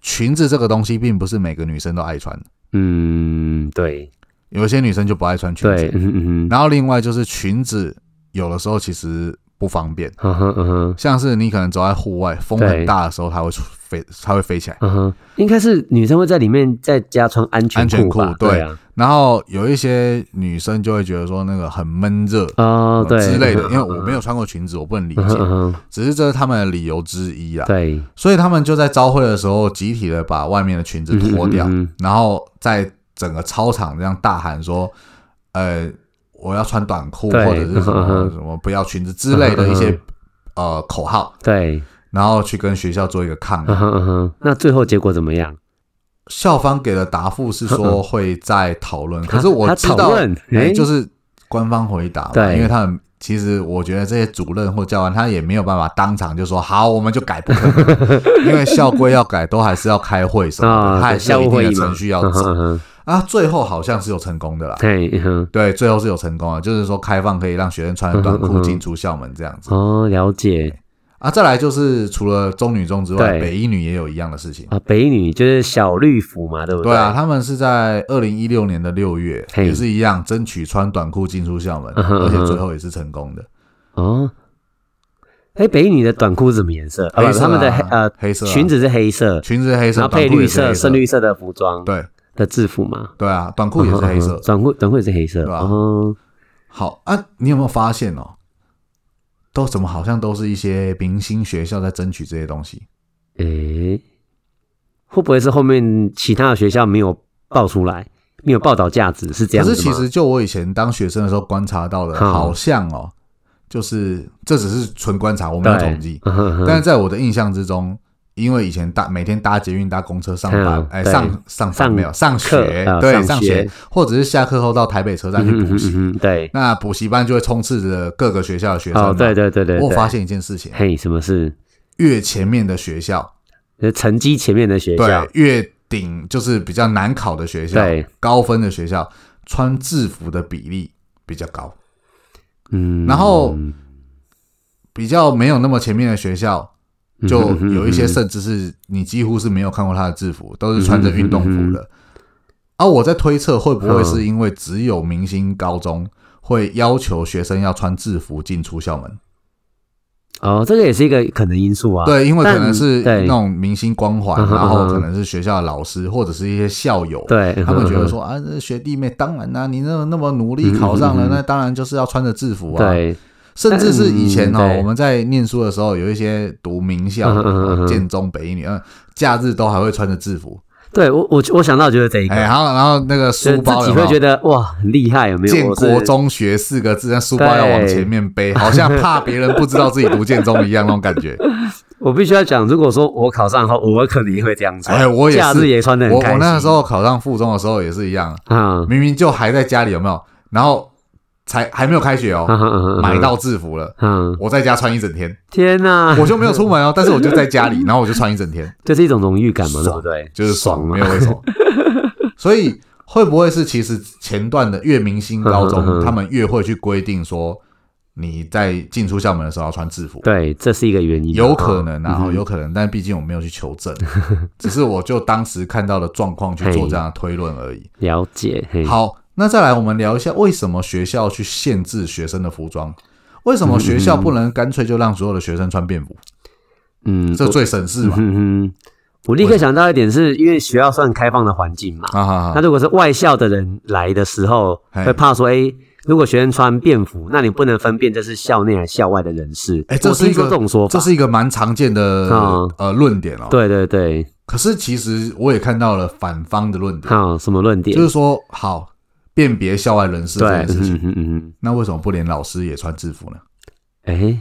Speaker 1: 裙子这个东西并不是每个女生都爱穿的，
Speaker 2: 嗯，对
Speaker 1: 有些女生就不爱穿裙
Speaker 2: 对，
Speaker 1: 子。
Speaker 2: 嗯嗯嗯，
Speaker 1: 然后另外就是裙子有的时候其实不方便，
Speaker 2: 嗯哼嗯哼
Speaker 1: 像是你可能走在户外，风
Speaker 2: 对
Speaker 1: 很大的时候，它会出飞，它会飞起来。
Speaker 2: 嗯哼，应该是女生会在里面再加穿安全
Speaker 1: 安全裤
Speaker 2: 吧？
Speaker 1: 对
Speaker 2: 对啊，
Speaker 1: 然后有一些女生就会觉得说那个很闷热。
Speaker 2: 哦对
Speaker 1: 之类的，因为
Speaker 2: 嗯
Speaker 1: 我没有穿过裙子，我不能理
Speaker 2: 嗯哼
Speaker 1: 解，
Speaker 2: 嗯哼，
Speaker 1: 只是这是他们的理由之一啊。
Speaker 2: 对，
Speaker 1: 所以他们就在招会的时候，集体的把外面的裙子脱掉，
Speaker 2: 嗯嗯嗯嗯
Speaker 1: 然后在整个操场这样大喊说：“呃，我要穿短裤，
Speaker 2: 对
Speaker 1: 或者是什么、
Speaker 2: 嗯嗯嗯
Speaker 1: 什么不要裙子之类的一些、
Speaker 2: 嗯嗯
Speaker 1: 呃口号，
Speaker 2: 对，
Speaker 1: 然后去跟学校做一个抗议。
Speaker 2: 嗯哼嗯哼，那最后结果怎么样？
Speaker 1: 校方给的答复是说会再讨论，可是
Speaker 2: 他
Speaker 1: 我知
Speaker 2: 讨
Speaker 1: 道，
Speaker 2: 论，
Speaker 1: 哎、
Speaker 2: 哎，
Speaker 1: 就是官方回答嘛，
Speaker 2: 对
Speaker 1: 因为他们。其实我觉得这些主任或教官他也没有办法当场就说好，我们就改不可 能，因为校规要改都还是要开会什么
Speaker 2: 啊，
Speaker 1: 的，他还是
Speaker 2: 校
Speaker 1: 有一
Speaker 2: 务
Speaker 1: 定
Speaker 2: 会
Speaker 1: 的
Speaker 2: 议嘛
Speaker 1: 程序要
Speaker 2: 嗯哼
Speaker 1: 走
Speaker 2: 嗯哼
Speaker 1: 啊。最后好像是有成功的啦，
Speaker 2: 嘿，嗯哼
Speaker 1: 对，最后是有成功的，就是说开放可以让学生穿短
Speaker 2: 嗯哼嗯
Speaker 1: 裤
Speaker 2: 哼
Speaker 1: 进出校门这样子
Speaker 2: 哦，了解
Speaker 1: 啊。再来就是除了中女中之外，
Speaker 2: 对
Speaker 1: 北一女也有一样的事情。
Speaker 2: 啊，北女就是小绿服嘛，对不
Speaker 1: 对啊，，他们是在二零一六年的六月，
Speaker 2: 嘿
Speaker 1: 也是一样争取穿短裤进出校门，
Speaker 2: 嗯哼
Speaker 1: 而且
Speaker 2: 嗯哼
Speaker 1: 最后也是成功的。
Speaker 2: 哦，哎，北女的短裤是什么颜色？啊，
Speaker 1: 黑
Speaker 2: 不是
Speaker 1: 色
Speaker 2: 他们的
Speaker 1: 啊
Speaker 2: 黑呃
Speaker 1: 黑色啊
Speaker 2: 裙子是黑色，
Speaker 1: 裙子是黑色，
Speaker 2: 然后配
Speaker 1: 短裤
Speaker 2: 绿
Speaker 1: 也是
Speaker 2: 色、
Speaker 1: 黑
Speaker 2: 深绿色的服装
Speaker 1: 对
Speaker 2: 的制服嘛，
Speaker 1: 对啊，短裤也是黑
Speaker 2: 嗯嗯
Speaker 1: 色
Speaker 2: 嗯。短裤短裤也是黑色，
Speaker 1: 对啊
Speaker 2: 哦，
Speaker 1: 好啊，你有没有发现哦？都怎么好像都是一些明星学校在争取这些东西？
Speaker 2: 诶，会不会是后面其他的学校没有报出来，没有报道价值是这
Speaker 1: 可
Speaker 2: 样子
Speaker 1: 是
Speaker 2: 吗？嗯
Speaker 1: 其实就我以前当学生的时候观察到的，
Speaker 2: 好
Speaker 1: 好像哦，就是这只是纯观察，我没有
Speaker 2: 对
Speaker 1: 统计。
Speaker 2: 嗯哼嗯哼
Speaker 1: 但是在我的印象之中，因为以前搭每天搭捷运、搭公车上班
Speaker 2: 嗯，
Speaker 1: 哎，
Speaker 2: 对
Speaker 1: 上上班
Speaker 2: 上
Speaker 1: 没有上
Speaker 2: 课
Speaker 1: 学
Speaker 2: 啊，
Speaker 1: 对
Speaker 2: 上
Speaker 1: 上
Speaker 2: 学
Speaker 1: 学，或者是下课后到台北车站去
Speaker 2: 嗯哼
Speaker 1: 补习。
Speaker 2: 嗯哼对，
Speaker 1: 那补习班就会充斥着各个学校的学生嘛。
Speaker 2: 哦，对对对对，
Speaker 1: 我有
Speaker 2: 对
Speaker 1: 发，现一件事情，
Speaker 2: 嘿，什么事？
Speaker 1: 越前面的学校，
Speaker 2: 就是成绩前面的学校
Speaker 1: 对，，越顶就是比较难考的学校
Speaker 2: 对，
Speaker 1: 高分的学校，穿制服的比例比较高，
Speaker 2: 嗯，
Speaker 1: 然后比较没有那么前面的学校。就
Speaker 2: 嗯哼
Speaker 1: 有一些，
Speaker 2: 嗯哼
Speaker 1: 甚至是你几乎是没有看过他的制服，都是穿着运动服
Speaker 2: 嗯哼嗯
Speaker 1: 的。啊，我在推测会不会是因为只有明星高中会要求学生要穿制服进出校门？
Speaker 2: 哦，这个也是一个可能因素啊，
Speaker 1: 对，因为可
Speaker 2: 但
Speaker 1: 能是
Speaker 2: 对
Speaker 1: 那种明星光环，
Speaker 2: 嗯哼
Speaker 1: 然后
Speaker 2: 嗯哼
Speaker 1: 可能是学校的老师或者是一些校友，
Speaker 2: 对，
Speaker 1: 他们觉得
Speaker 2: 嗯
Speaker 1: 说啊，这学弟妹当然啦、你那那么努力考上
Speaker 2: 嗯
Speaker 1: 了
Speaker 2: 嗯，嗯
Speaker 1: 那当然就是要穿着制服啊。，
Speaker 2: 对，
Speaker 1: 甚至是以前哦
Speaker 2: 嗯，对
Speaker 1: 我们在念书的时候，有一些读名校
Speaker 2: 嗯嗯嗯嗯嗯，
Speaker 1: 建中、北一女，嗯，假日都还会穿着制服，
Speaker 2: 对我我我想到就是这一个，
Speaker 1: 哎，然后然后那个
Speaker 2: 就是
Speaker 1: 书包
Speaker 2: 自己
Speaker 1: 有
Speaker 2: 会
Speaker 1: 没
Speaker 2: 觉
Speaker 1: 有？
Speaker 2: 得哇很厉害，有没有？
Speaker 1: 建
Speaker 2: 我是
Speaker 1: 国中学四个字，但书包要往前面背，好像怕别人不知道自己读建中一样那种感 觉。
Speaker 2: 我必须要讲，如果说我考上后，我可能也会这样穿。
Speaker 1: 哎，我也是，
Speaker 2: 假日也穿的很
Speaker 1: 我
Speaker 2: 开心。
Speaker 1: 我那个时候考上附中的时候也是一样，
Speaker 2: 啊，
Speaker 1: 明明就还在家里有没有？然后才还没有开学哦，
Speaker 2: 嗯
Speaker 1: 买到制服了，
Speaker 2: 嗯，
Speaker 1: 我在家穿一整天，
Speaker 2: 天哪、
Speaker 1: 我就没有出门哦，但是我就在家里，然后我就穿一整天，
Speaker 2: 这是一种荣誉感嘛，对不
Speaker 1: 爽
Speaker 2: 对？
Speaker 1: 就是爽，没
Speaker 2: 啊！
Speaker 1: 有为什 么。所以会不会是其实前段的越明星高
Speaker 2: 嗯 嗯嗯
Speaker 1: 中，他们越会去规定说你在进出校门的时候要穿制服？
Speaker 2: 对，这是一个原因，
Speaker 1: 有可能啊，
Speaker 2: 嗯
Speaker 1: 哦有可能，但毕竟我没有去求 证，只是我就当时看到的状况去做
Speaker 2: 嘿
Speaker 1: 这样的推论而已。
Speaker 2: 了解。嘿，
Speaker 1: 好，那再来我们聊一下为什么学校去限制学生的服装？为什么学校不能干脆就让所有的学生穿便服？
Speaker 2: 嗯，
Speaker 1: 这
Speaker 2: 我
Speaker 1: 最省事嘛！
Speaker 2: 嗯哼，我立刻想到一点是，因为学校算开放的环境嘛，
Speaker 1: 啊哈
Speaker 2: 那
Speaker 1: 哈，
Speaker 2: 如果是外校的人来的时候，
Speaker 1: 嘿
Speaker 2: 会怕说，哎、如果学生穿便服，那你不能分辨这是校内还是校外的人士。
Speaker 1: 哎，这
Speaker 2: 我
Speaker 1: 是
Speaker 2: 听
Speaker 1: 一个
Speaker 2: 说这种说法，
Speaker 1: 这是一个蛮常见的
Speaker 2: 嗯
Speaker 1: 呃论点哦。，
Speaker 2: 对对对，
Speaker 1: 可是其实我也看到了反方的论点，
Speaker 2: 好，什么论点？
Speaker 1: 就是说，好辨别校外人士这
Speaker 2: 对，
Speaker 1: 件事
Speaker 2: 嗯
Speaker 1: 情，
Speaker 2: 嗯嗯，
Speaker 1: 那为什么不连老师也穿制服呢？
Speaker 2: 哎、诶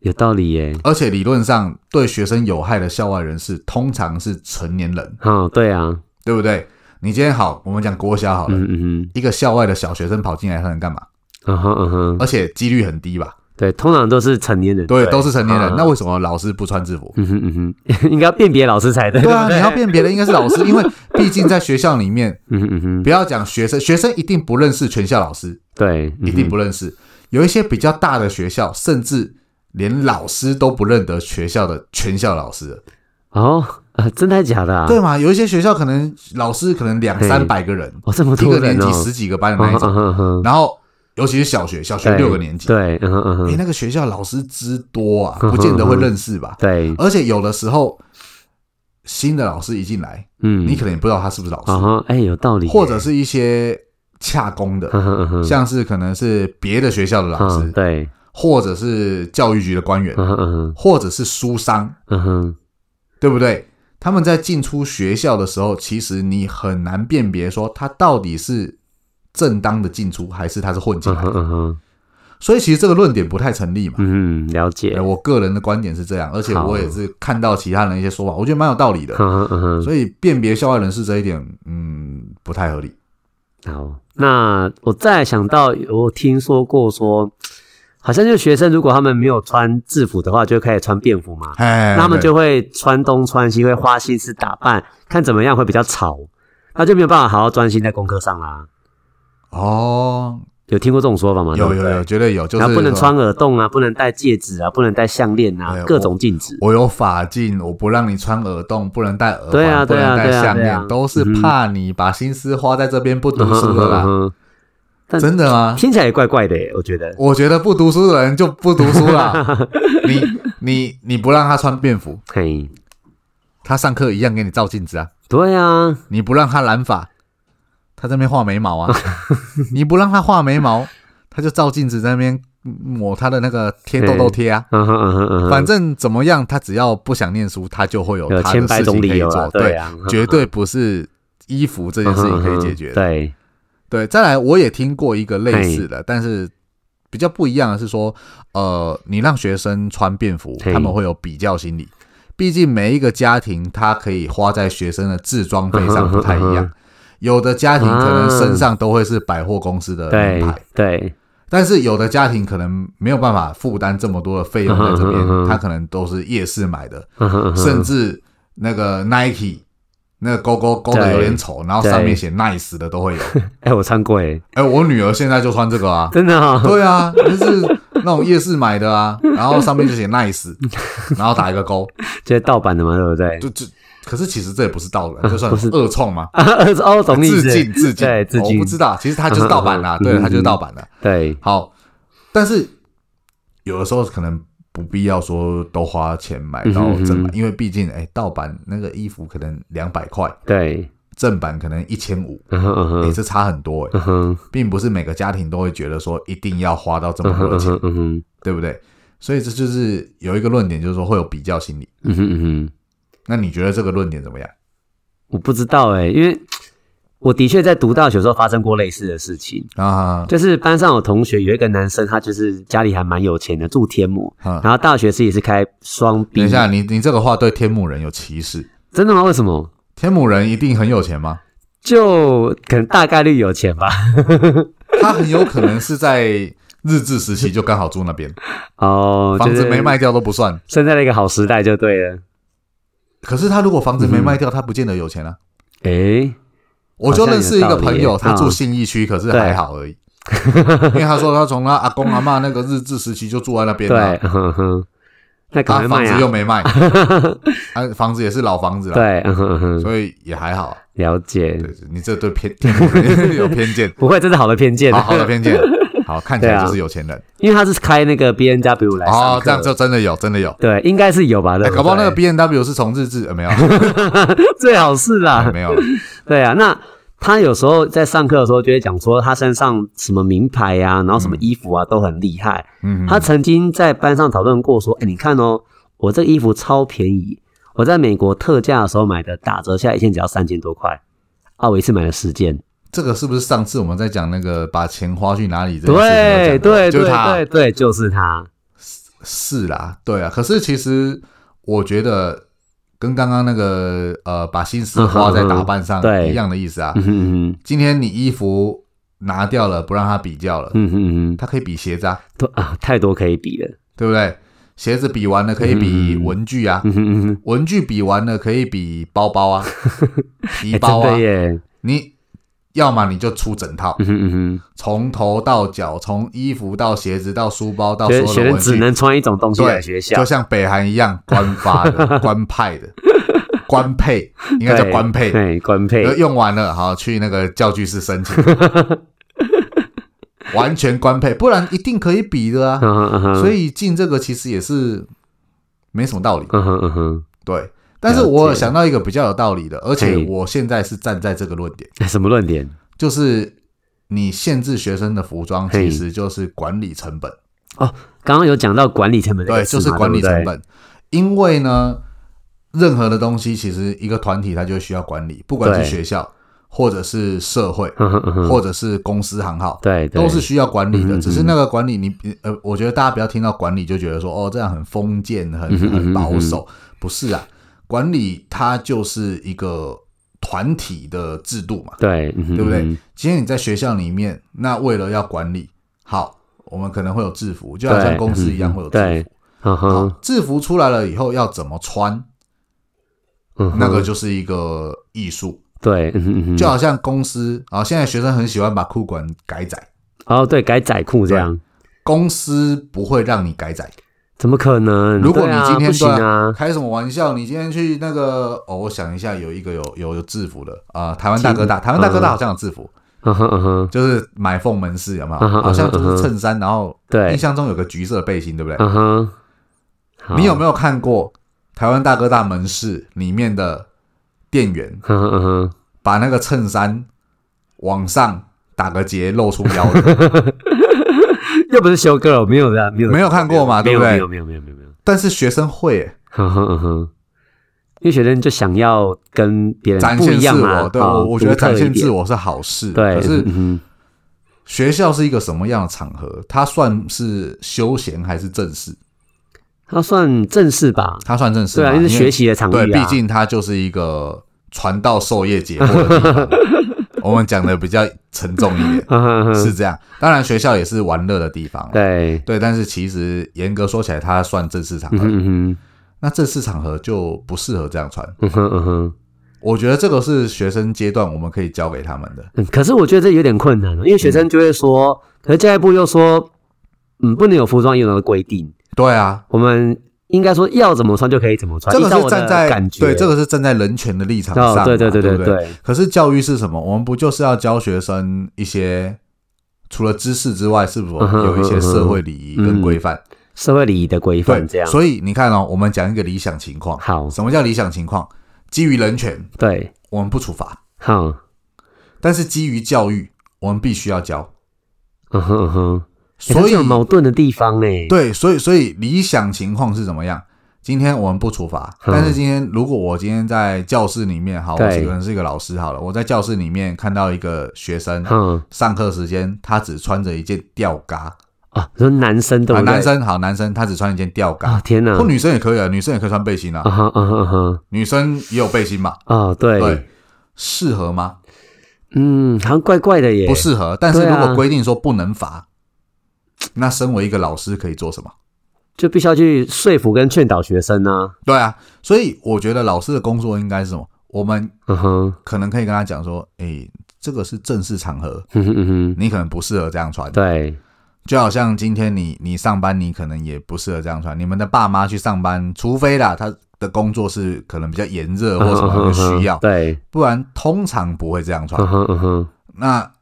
Speaker 2: 有道理耶。
Speaker 1: 而且理论上，对学生有害的校外人士通常是成年人，
Speaker 2: 好，对啊，
Speaker 1: 对不对？你今天好，我们讲国小好了，
Speaker 2: 嗯嗯
Speaker 1: 一个校外的小学生跑进来，他能干嘛？
Speaker 2: 嗯，嗯哼嗯哼，
Speaker 1: 而且几率很低吧？
Speaker 2: 对，通常都是成年人，
Speaker 1: 对，啊都是成年人。
Speaker 2: 嗯
Speaker 1: 那为什么老师不穿制服？
Speaker 2: 嗯哼嗯哼， 应该要辨别老师才对，
Speaker 1: 对 啊，你要辨别的应该是老师，因为毕竟在学校里面，
Speaker 2: 嗯哼嗯哼，
Speaker 1: 不要讲学生，学生一定不认识全校老师，
Speaker 2: 对，
Speaker 1: 一
Speaker 2: 嗯
Speaker 1: 定
Speaker 2: 哼
Speaker 1: 不认识。有一些比较大的学校，甚至连老师都不认得学校的全校老师了，
Speaker 2: 哦，呃，真的假的啊？
Speaker 1: 对嘛？有一些学校可能老师可能两
Speaker 2: 嘿
Speaker 1: 三百个人，
Speaker 2: 哦，这么
Speaker 1: 一
Speaker 2: 多
Speaker 1: 个
Speaker 2: 人
Speaker 1: 年
Speaker 2: 哦
Speaker 1: 级，十几个班的那一
Speaker 2: 嗯
Speaker 1: 种，
Speaker 2: 哼嗯哼，
Speaker 1: 然后尤其是小学，小学
Speaker 2: 对
Speaker 1: 六个年级，
Speaker 2: 对，嗯哼嗯
Speaker 1: 诶，
Speaker 2: 哼，
Speaker 1: 那个学校老师之多啊，
Speaker 2: 嗯
Speaker 1: 不见得会认识吧？
Speaker 2: 对，
Speaker 1: 而且有的时候新的老师一进来，
Speaker 2: 嗯，
Speaker 1: 你可能也不知道他是不是老
Speaker 2: 啊
Speaker 1: 师，
Speaker 2: 哈，哎，有道理耶，
Speaker 1: 或者是一些洽工的，
Speaker 2: 嗯哼嗯哼，
Speaker 1: 像是可能是别的学校的老
Speaker 2: 嗯
Speaker 1: 师，
Speaker 2: 对，
Speaker 1: 或者是教育局的官员，
Speaker 2: 嗯哼嗯哼
Speaker 1: 或者是书商，
Speaker 2: 嗯哼，
Speaker 1: 对不对？他们在进出学校的时候，其实你很难辨别说他到底是正当的进出，还是他是混进
Speaker 2: 嗯
Speaker 1: 来
Speaker 2: 哼
Speaker 1: 的。
Speaker 2: 嗯哼，
Speaker 1: 所以其实这个论点不太成立嘛。
Speaker 2: 嗯，了解
Speaker 1: 哎，，我个人的观点是这样，而且
Speaker 2: 好
Speaker 1: 我也是看到其他人一些说法，我觉得蛮有道理的。
Speaker 2: 嗯哼嗯哼。
Speaker 1: 所以辨别校外人士这一点，嗯，不太合理。
Speaker 2: 好，那我再想到，我听说过说，好像就是学生如果他们没有穿制服的话，就开始穿便服嘛，
Speaker 1: 哎，
Speaker 2: 那他们就会穿东穿西，会花心思打扮，看怎么样会比较潮，那就没有办法好好专心在功课上啦。
Speaker 1: 哦，
Speaker 2: 有听过这种说法吗？
Speaker 1: 有
Speaker 2: 对不
Speaker 1: 有
Speaker 2: 对
Speaker 1: 有，，绝对有，就是
Speaker 2: 然后不能
Speaker 1: 说
Speaker 2: 穿耳洞啊，不能戴戒指啊，不能戴项链
Speaker 1: 哎
Speaker 2: 啊
Speaker 1: 我，
Speaker 2: 各种禁止。
Speaker 1: 我有法镜，我不让你穿耳洞，不能戴耳环，
Speaker 2: 对啊
Speaker 1: 不
Speaker 2: 对啊
Speaker 1: 能戴
Speaker 2: 对啊
Speaker 1: 项
Speaker 2: 对
Speaker 1: 链，
Speaker 2: 啊
Speaker 1: 都是怕你把心思花在这边不读
Speaker 2: 嗯哼
Speaker 1: 书了啦。
Speaker 2: 嗯哼但
Speaker 1: 真的啊吗？
Speaker 2: 听起来也怪怪的耶，我觉得。
Speaker 1: 我觉得不读书的人就不读书 啦。你你你不让他穿便服，
Speaker 2: 嘿，
Speaker 1: 他上课一样给你照镜子啊。
Speaker 2: 对啊，
Speaker 1: 你不让他染发，他在那边画眉 毛啊。你不让他画眉毛，他就照镜子在那边抹他的那个贴痘痘贴啊。
Speaker 2: 嗯哼嗯哼嗯哼，
Speaker 1: 反正怎么样，他只要不想念书，他就会有
Speaker 2: 有
Speaker 1: 他
Speaker 2: 千
Speaker 1: 的
Speaker 2: 百
Speaker 1: 事情
Speaker 2: 种
Speaker 1: 可
Speaker 2: 理
Speaker 1: 以
Speaker 2: 由啦
Speaker 1: 做。
Speaker 2: 对
Speaker 1: 对，
Speaker 2: 啊，嗯哼
Speaker 1: 绝对不是衣服这件
Speaker 2: 嗯
Speaker 1: 事情可以解决的。
Speaker 2: 对，
Speaker 1: 对，再来，我也听过一个类似的，但是比较不一样的是说，呃，你让学生穿便服，
Speaker 2: 嘿
Speaker 1: 他们会有比较心理。毕竟每一个家庭，他可以花在学生的制装费上不太一
Speaker 2: 嗯哼嗯
Speaker 1: 样
Speaker 2: 哼。
Speaker 1: 有的家庭可能
Speaker 2: 啊
Speaker 1: 身上都会是百货公司的
Speaker 2: 对
Speaker 1: 名牌，
Speaker 2: 对，
Speaker 1: 但是有的家庭可能没有办法负担这么多的费用在这
Speaker 2: 嗯哼嗯
Speaker 1: 边，
Speaker 2: 哼
Speaker 1: 他可能都是夜市买的，
Speaker 2: 嗯哼嗯哼
Speaker 1: 甚至那个 Nike 那个勾勾勾的有点丑，然后上面写 nice 的都会 有。
Speaker 2: 哎、我穿过哎，，
Speaker 1: 哎、我女儿现在就穿这个啊
Speaker 2: 真的哦，
Speaker 1: 对啊，就是那种夜市买的啊，然后上面就写 nice，然后打一个勾，
Speaker 2: 这是盗版的嘛，对不对？
Speaker 1: 就就，可是其实这也不是盗版，就算
Speaker 2: 不是
Speaker 1: 恶冲 嘛，
Speaker 2: 啊，哦，懂意
Speaker 1: 致
Speaker 2: 思，
Speaker 1: 敬致敬，哦
Speaker 2: 对，致
Speaker 1: 我
Speaker 2: 敬
Speaker 1: 不，知道，其实它就是盗版啦，
Speaker 2: 嗯
Speaker 1: 对，它就是
Speaker 2: 嗯
Speaker 1: 盗版的。
Speaker 2: 对，
Speaker 1: 好，但是有的时候可能。不必要说都花钱买到
Speaker 2: 嗯哼
Speaker 1: 正版
Speaker 2: 嗯，哼
Speaker 1: 因为毕竟哎、盗版那个衣服可能两百块，
Speaker 2: 对，
Speaker 1: 正版可能一千五，
Speaker 2: 嗯哼嗯
Speaker 1: 也
Speaker 2: 哼，
Speaker 1: 是差很多哎、
Speaker 2: 嗯哼，
Speaker 1: 并不是每个家庭都会觉得说一定要花到这
Speaker 2: 嗯
Speaker 1: 么
Speaker 2: 哼
Speaker 1: 多的
Speaker 2: 嗯
Speaker 1: 钱
Speaker 2: 哼，嗯哼，
Speaker 1: 对不对？所以这就是有一个论点，就是说会有比较心理。
Speaker 2: 嗯哼嗯哼，
Speaker 1: 那你觉得这个论点怎么样？
Speaker 2: 我不知道哎，因为我的确在读大学的时候发生过类似的事情，
Speaker 1: 啊，
Speaker 2: 就是班上有同学有一个男生，他就是家里还蛮有钱的，住天母，
Speaker 1: 嗯
Speaker 2: 然后大学自己是开双 B，
Speaker 1: 等一下，，你你这个话对天母人有歧视？
Speaker 2: 真的吗？为什么？
Speaker 1: 天母人一定很有钱吗？
Speaker 2: 就可能大概率有钱吧。
Speaker 1: 他很有可能是在日治时期就刚好住那边，
Speaker 2: 哦，
Speaker 1: 房
Speaker 2: 就
Speaker 1: 子
Speaker 2: 是
Speaker 1: 没卖掉都不算。
Speaker 2: 生在了一个好时代就对了。
Speaker 1: 可是他如果房子没卖掉，他不见得有钱啊。
Speaker 2: 诶、
Speaker 1: 我就认识一个
Speaker 2: 嗯好像
Speaker 1: 朋
Speaker 2: 有道
Speaker 1: 友，
Speaker 2: 理嗯
Speaker 1: 他住信义区，可是还好而已。因为他说他从他阿公阿妈那个日治时期就住在那边了、
Speaker 2: 对，嗯哼哼，那赶
Speaker 1: 他
Speaker 2: 快
Speaker 1: 房
Speaker 2: 卖
Speaker 1: 子又
Speaker 2: 啊！
Speaker 1: 没 卖，啊，房子也是老房子了，
Speaker 2: 对，嗯哼嗯哼，
Speaker 1: 所以也还好。
Speaker 2: 了解，
Speaker 1: 对，你这对偏天母 人有偏见，
Speaker 2: 不会，这是好的偏见，
Speaker 1: 哦好好的偏见，好看起
Speaker 2: 对
Speaker 1: 来
Speaker 2: 啊
Speaker 1: 就是有钱人
Speaker 2: 因为他是开那个 B N W 来上
Speaker 1: 哦，
Speaker 2: 课
Speaker 1: 这样就真的有，真的有。
Speaker 2: 对，应该是有吧？对
Speaker 1: 哎
Speaker 2: 啊对
Speaker 1: 搞不好那个 B N W 是从日治，呃没 有，哎
Speaker 2: 最好是啦，
Speaker 1: 没有，
Speaker 2: 对啊，那。他有时候在上课的时候就会讲说，他身上什么名牌呀、然后什么衣服啊、都很厉害。
Speaker 1: 嗯，
Speaker 2: 他曾经在班上讨论过说：“哎、你看哦，我这个衣服超便宜，我在美国特价的时候买的，打折下来一件只要三千多块，啊，我一次买了十件。
Speaker 1: 这个是不是上次我们在讲那个把钱花去哪里这”件事情有
Speaker 2: 对
Speaker 1: 讲过
Speaker 2: 对
Speaker 1: 就
Speaker 2: 对
Speaker 1: 是他
Speaker 2: 对对，就是他。
Speaker 1: 是啦，对啊。可是其实我觉得跟刚刚那个呃，把心思花在打扮上
Speaker 2: 嗯哼嗯哼对
Speaker 1: 一样的意思啊。
Speaker 2: 嗯哼嗯哼
Speaker 1: 今天你衣服拿掉了，不让它比较了，
Speaker 2: 嗯哼嗯哼，
Speaker 1: 它可以比鞋子啊，
Speaker 2: 多啊，太多可以比了。
Speaker 1: 对不对？鞋子比完了可以比
Speaker 2: 嗯哼嗯哼
Speaker 1: 文具啊，
Speaker 2: 嗯哼嗯哼，
Speaker 1: 文具比完了可以比包包啊，皮
Speaker 2: 哎，
Speaker 1: 包
Speaker 2: 真
Speaker 1: 啊
Speaker 2: 的，耶。
Speaker 1: 你要么你就出整套，
Speaker 2: 嗯哼嗯
Speaker 1: 从头到脚，从衣服到鞋子到书包到
Speaker 2: 哼，
Speaker 1: 所
Speaker 2: 学
Speaker 1: 有
Speaker 2: 学
Speaker 1: 的
Speaker 2: 生
Speaker 1: 文
Speaker 2: 只
Speaker 1: 具，
Speaker 2: 能穿一种东西来
Speaker 1: 对，
Speaker 2: 学校
Speaker 1: 就。像北韩一样，官发 的、官派的、官配，应该叫
Speaker 2: 对
Speaker 1: 官配。
Speaker 2: 对，官配
Speaker 1: 呃。用完了，好去那个教具室申 请，完全官配，不然一定可以比的
Speaker 2: 嗯
Speaker 1: 啊。所
Speaker 2: 所以，
Speaker 1: 以进这个其实也是没什么道理，
Speaker 2: 嗯哼嗯哼
Speaker 1: 对。但是
Speaker 2: 了解
Speaker 1: 我有想到一个比较有道理的，而且
Speaker 2: 嘿
Speaker 1: 我现在是站在这个论点，
Speaker 2: 哎，什么论点？
Speaker 1: 就是你限制学生的服装，
Speaker 2: 嘿
Speaker 1: 其实就是管理成本，
Speaker 2: 刚刚有讲到管理成本这个
Speaker 1: 对，
Speaker 2: 词
Speaker 1: 就
Speaker 2: 嘛，
Speaker 1: 是管理
Speaker 2: 对不
Speaker 1: 成。
Speaker 2: 对
Speaker 1: 本。因为呢，任何的东西其实一个团体它就需要管理，不管是
Speaker 2: 对
Speaker 1: 学校或者是社会，
Speaker 2: 嗯哼嗯哼，
Speaker 1: 或者是公司行号，
Speaker 2: 对，对
Speaker 1: 都是需要管理的。
Speaker 2: 嗯
Speaker 1: 只是那个管理你，呃，我觉得大家不要听到管理就觉得说哦，这样很封建、很
Speaker 2: 嗯哼
Speaker 1: 很
Speaker 2: 嗯哼
Speaker 1: 保守，不是啊。管理它就是一个团体的制度嘛。
Speaker 2: 对，嗯哼
Speaker 1: 对不对
Speaker 2: 嗯哼
Speaker 1: 今天你在学校里面，那为了要管理好，我们可能会有制服，就好像公司一样
Speaker 2: 嗯
Speaker 1: 会有制服。
Speaker 2: 嗯
Speaker 1: 好
Speaker 2: 哼，
Speaker 1: 制服出来了以后要怎么穿，
Speaker 2: 嗯哼
Speaker 1: 那个就是一个艺术。
Speaker 2: 对，嗯哼嗯哼，
Speaker 1: 就好像公司啊，现在学生很喜欢把裤管改窄，
Speaker 2: 哦，对，改窄裤这样，
Speaker 1: 公司不会让你改窄。
Speaker 2: 怎么可能？
Speaker 1: 如果
Speaker 2: 对
Speaker 1: 你
Speaker 2: 啊
Speaker 1: 今天
Speaker 2: 不行
Speaker 1: 对
Speaker 2: 啊，
Speaker 1: 开什么玩笑？你今天去那个哦，我想一下，有一个有有有制服的啊、台湾大哥大，台湾大哥大好像有制服，
Speaker 2: 嗯哼嗯哼，
Speaker 1: 就是买凤门式有没有？
Speaker 2: 嗯哼
Speaker 1: 好像就
Speaker 2: 嗯
Speaker 1: 是
Speaker 2: 哼
Speaker 1: 衬衫，然后
Speaker 2: 对
Speaker 1: 印象中有个橘色背心，对不对？
Speaker 2: 嗯哼，好
Speaker 1: 你有没有看过台湾大哥大门市里面的店员
Speaker 2: 嗯哼嗯哼，
Speaker 1: 把那个衬衫往上打个结，露出腰 的？
Speaker 2: 又不是修哥，没有的，没有，
Speaker 1: 没有看过嘛
Speaker 2: 没
Speaker 1: 对
Speaker 2: 有
Speaker 1: 不对
Speaker 2: 没有，没有，没有，没有，没有，
Speaker 1: 但是学生会耶
Speaker 2: 嗯哼嗯哼。因为学生就想要跟别人
Speaker 1: 展
Speaker 2: 不
Speaker 1: 现
Speaker 2: 一
Speaker 1: 自
Speaker 2: 样嘛，
Speaker 1: 我，对
Speaker 2: 哦
Speaker 1: 我我觉得
Speaker 2: 独特
Speaker 1: 展
Speaker 2: 一
Speaker 1: 现
Speaker 2: 点
Speaker 1: 自我是好事，
Speaker 2: 对，
Speaker 1: 可是
Speaker 2: 嗯哼
Speaker 1: 学校是一个什么样的场合？它算是休闲还是正式？
Speaker 2: 他算正式吧，
Speaker 1: 它算正式
Speaker 2: 对
Speaker 1: 吧，
Speaker 2: 啊，因为是
Speaker 1: 因
Speaker 2: 学
Speaker 1: 为
Speaker 2: 习的场域啊，
Speaker 1: 对，毕竟它就是一个传道授业解惑的地方。我们讲的比较沉重一点，
Speaker 2: 嗯哼嗯哼，
Speaker 1: 是这样。当然，学校也是玩乐的地方，啊
Speaker 2: 对，
Speaker 1: 对。但是其实严格说起来，它算正式场
Speaker 2: 嗯
Speaker 1: 合。
Speaker 2: 哼嗯
Speaker 1: 那正式场合就不适合这样穿。
Speaker 2: 哼嗯哼嗯哼。
Speaker 1: 我觉得这个是学生阶段我们可以教给他们的。
Speaker 2: 嗯，可是我觉得这有点困难了，因为学生就会说，可是教育部又说，嗯，不能有服装仪容的规定，
Speaker 1: 对啊，
Speaker 2: 我们应该说要怎么穿就可以怎么穿，
Speaker 1: 这个
Speaker 2: 依照
Speaker 1: 是
Speaker 2: 我的
Speaker 1: 站在
Speaker 2: 感觉，
Speaker 1: 对，这个是站在人权的立场上嘛，
Speaker 2: 哦，对对对
Speaker 1: 对不
Speaker 2: 对，
Speaker 1: 可是教育是什么？我们不就是要教学生一些除了知识之外，是否
Speaker 2: 嗯哼
Speaker 1: 有一些社会礼仪跟规范？
Speaker 2: 社会礼仪的规范这
Speaker 1: 对，
Speaker 2: 样，
Speaker 1: 所以你看哦，我们讲一个理想情况。
Speaker 2: 好
Speaker 1: 什么叫理想情况？基于人权，
Speaker 2: 对，
Speaker 1: 我们不处罚；
Speaker 2: 好，
Speaker 1: 但是基于教育，我们必须要教。
Speaker 2: 嗯哼嗯哼，诶
Speaker 1: 所
Speaker 2: 它
Speaker 1: 以
Speaker 2: 是有，矛盾的地方呢，，
Speaker 1: 对，所以，所以理想情况是怎么样？今天我们不处罚，
Speaker 2: 嗯
Speaker 1: 但是今天如果我今天在教室里面，好，我是
Speaker 2: 对
Speaker 1: 可能是一个老师好了，我在教室里面看到一个学生，
Speaker 2: 嗯
Speaker 1: 上课时间，他只穿着一件吊嘎
Speaker 2: 啊，说男生对
Speaker 1: 啊，
Speaker 2: 不对？
Speaker 1: 男生好，男生他只穿一件吊嘎，
Speaker 2: 啊，天哪
Speaker 1: 或，女生也可以啊，女生也可以穿背心
Speaker 2: 啊
Speaker 1: 啊，
Speaker 2: 哈啊哈啊哈，
Speaker 1: 女生也有背心嘛，
Speaker 2: 啊对，
Speaker 1: 对，适合吗？
Speaker 2: 嗯，好像怪怪的耶，
Speaker 1: 不适合，但是
Speaker 2: 对
Speaker 1: 如
Speaker 2: 啊
Speaker 1: 果规定说不能罚，那身为一个老师可以做什么？
Speaker 2: 就必须要去说服跟劝导学生呢，
Speaker 1: 对啊，所以我觉得老师的工作应该是什么？我们
Speaker 2: 嗯哼，
Speaker 1: 可能可以跟他讲说，诶，这个是正式场合，
Speaker 2: 嗯哼嗯哼，
Speaker 1: 你可能不适合这样穿。
Speaker 2: 对。
Speaker 1: 就好像今天你你上班，你可能也不适合这样穿。你们的爸妈去上班，除非啦，他的工作是可能比较炎热
Speaker 2: 啊
Speaker 1: 或什么的需要，
Speaker 2: 对，
Speaker 1: 不然通常不会这样穿
Speaker 2: 嗯。哼嗯哼，
Speaker 1: 那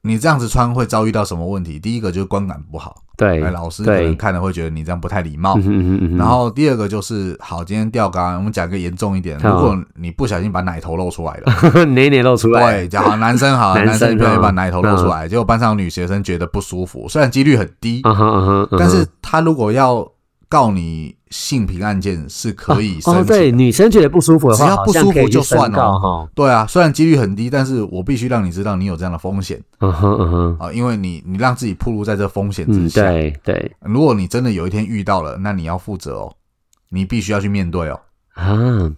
Speaker 1: 你这样子穿会遭遇到什么问题？第一个就是观感不好，
Speaker 2: 对，
Speaker 1: 哎，老师可
Speaker 2: 对
Speaker 1: 能看了会觉得你这样不太礼貌
Speaker 2: 嗯。哼嗯哼嗯哼，
Speaker 1: 然后第二个就是，好，今天吊杆，我们讲个严重一点，
Speaker 2: 好
Speaker 1: 如果你不小心把奶头露出来 了，
Speaker 2: 哪哪露出来，
Speaker 1: 对，讲好男生好，
Speaker 2: 男
Speaker 1: 男生
Speaker 2: 生
Speaker 1: 不小心
Speaker 2: 哦
Speaker 1: 把奶头露出来，结果班上女学生觉得不舒服，虽然几率很低，
Speaker 2: 嗯哼嗯哼，嗯哼
Speaker 1: 但是他如果要告你性平案件，是可以申 请的。
Speaker 2: 哦，对，女生觉得不舒服的话，
Speaker 1: 只要
Speaker 2: 好
Speaker 1: 不
Speaker 2: 像
Speaker 1: 舒
Speaker 2: 可以
Speaker 1: 服
Speaker 2: 去
Speaker 1: 就算
Speaker 2: 申告
Speaker 1: 哦
Speaker 2: 哈，
Speaker 1: 对啊，虽然几率很低，但是我必须让你知道你有这样的风险
Speaker 2: 嗯哼嗯哼，
Speaker 1: 啊、因为你你让自己暴露在这风险之
Speaker 2: 嗯，
Speaker 1: 下。
Speaker 2: 对对，
Speaker 1: 如果你真的有一天遇到了，那你要负责哦，你必须要去面对哦。
Speaker 2: 啊，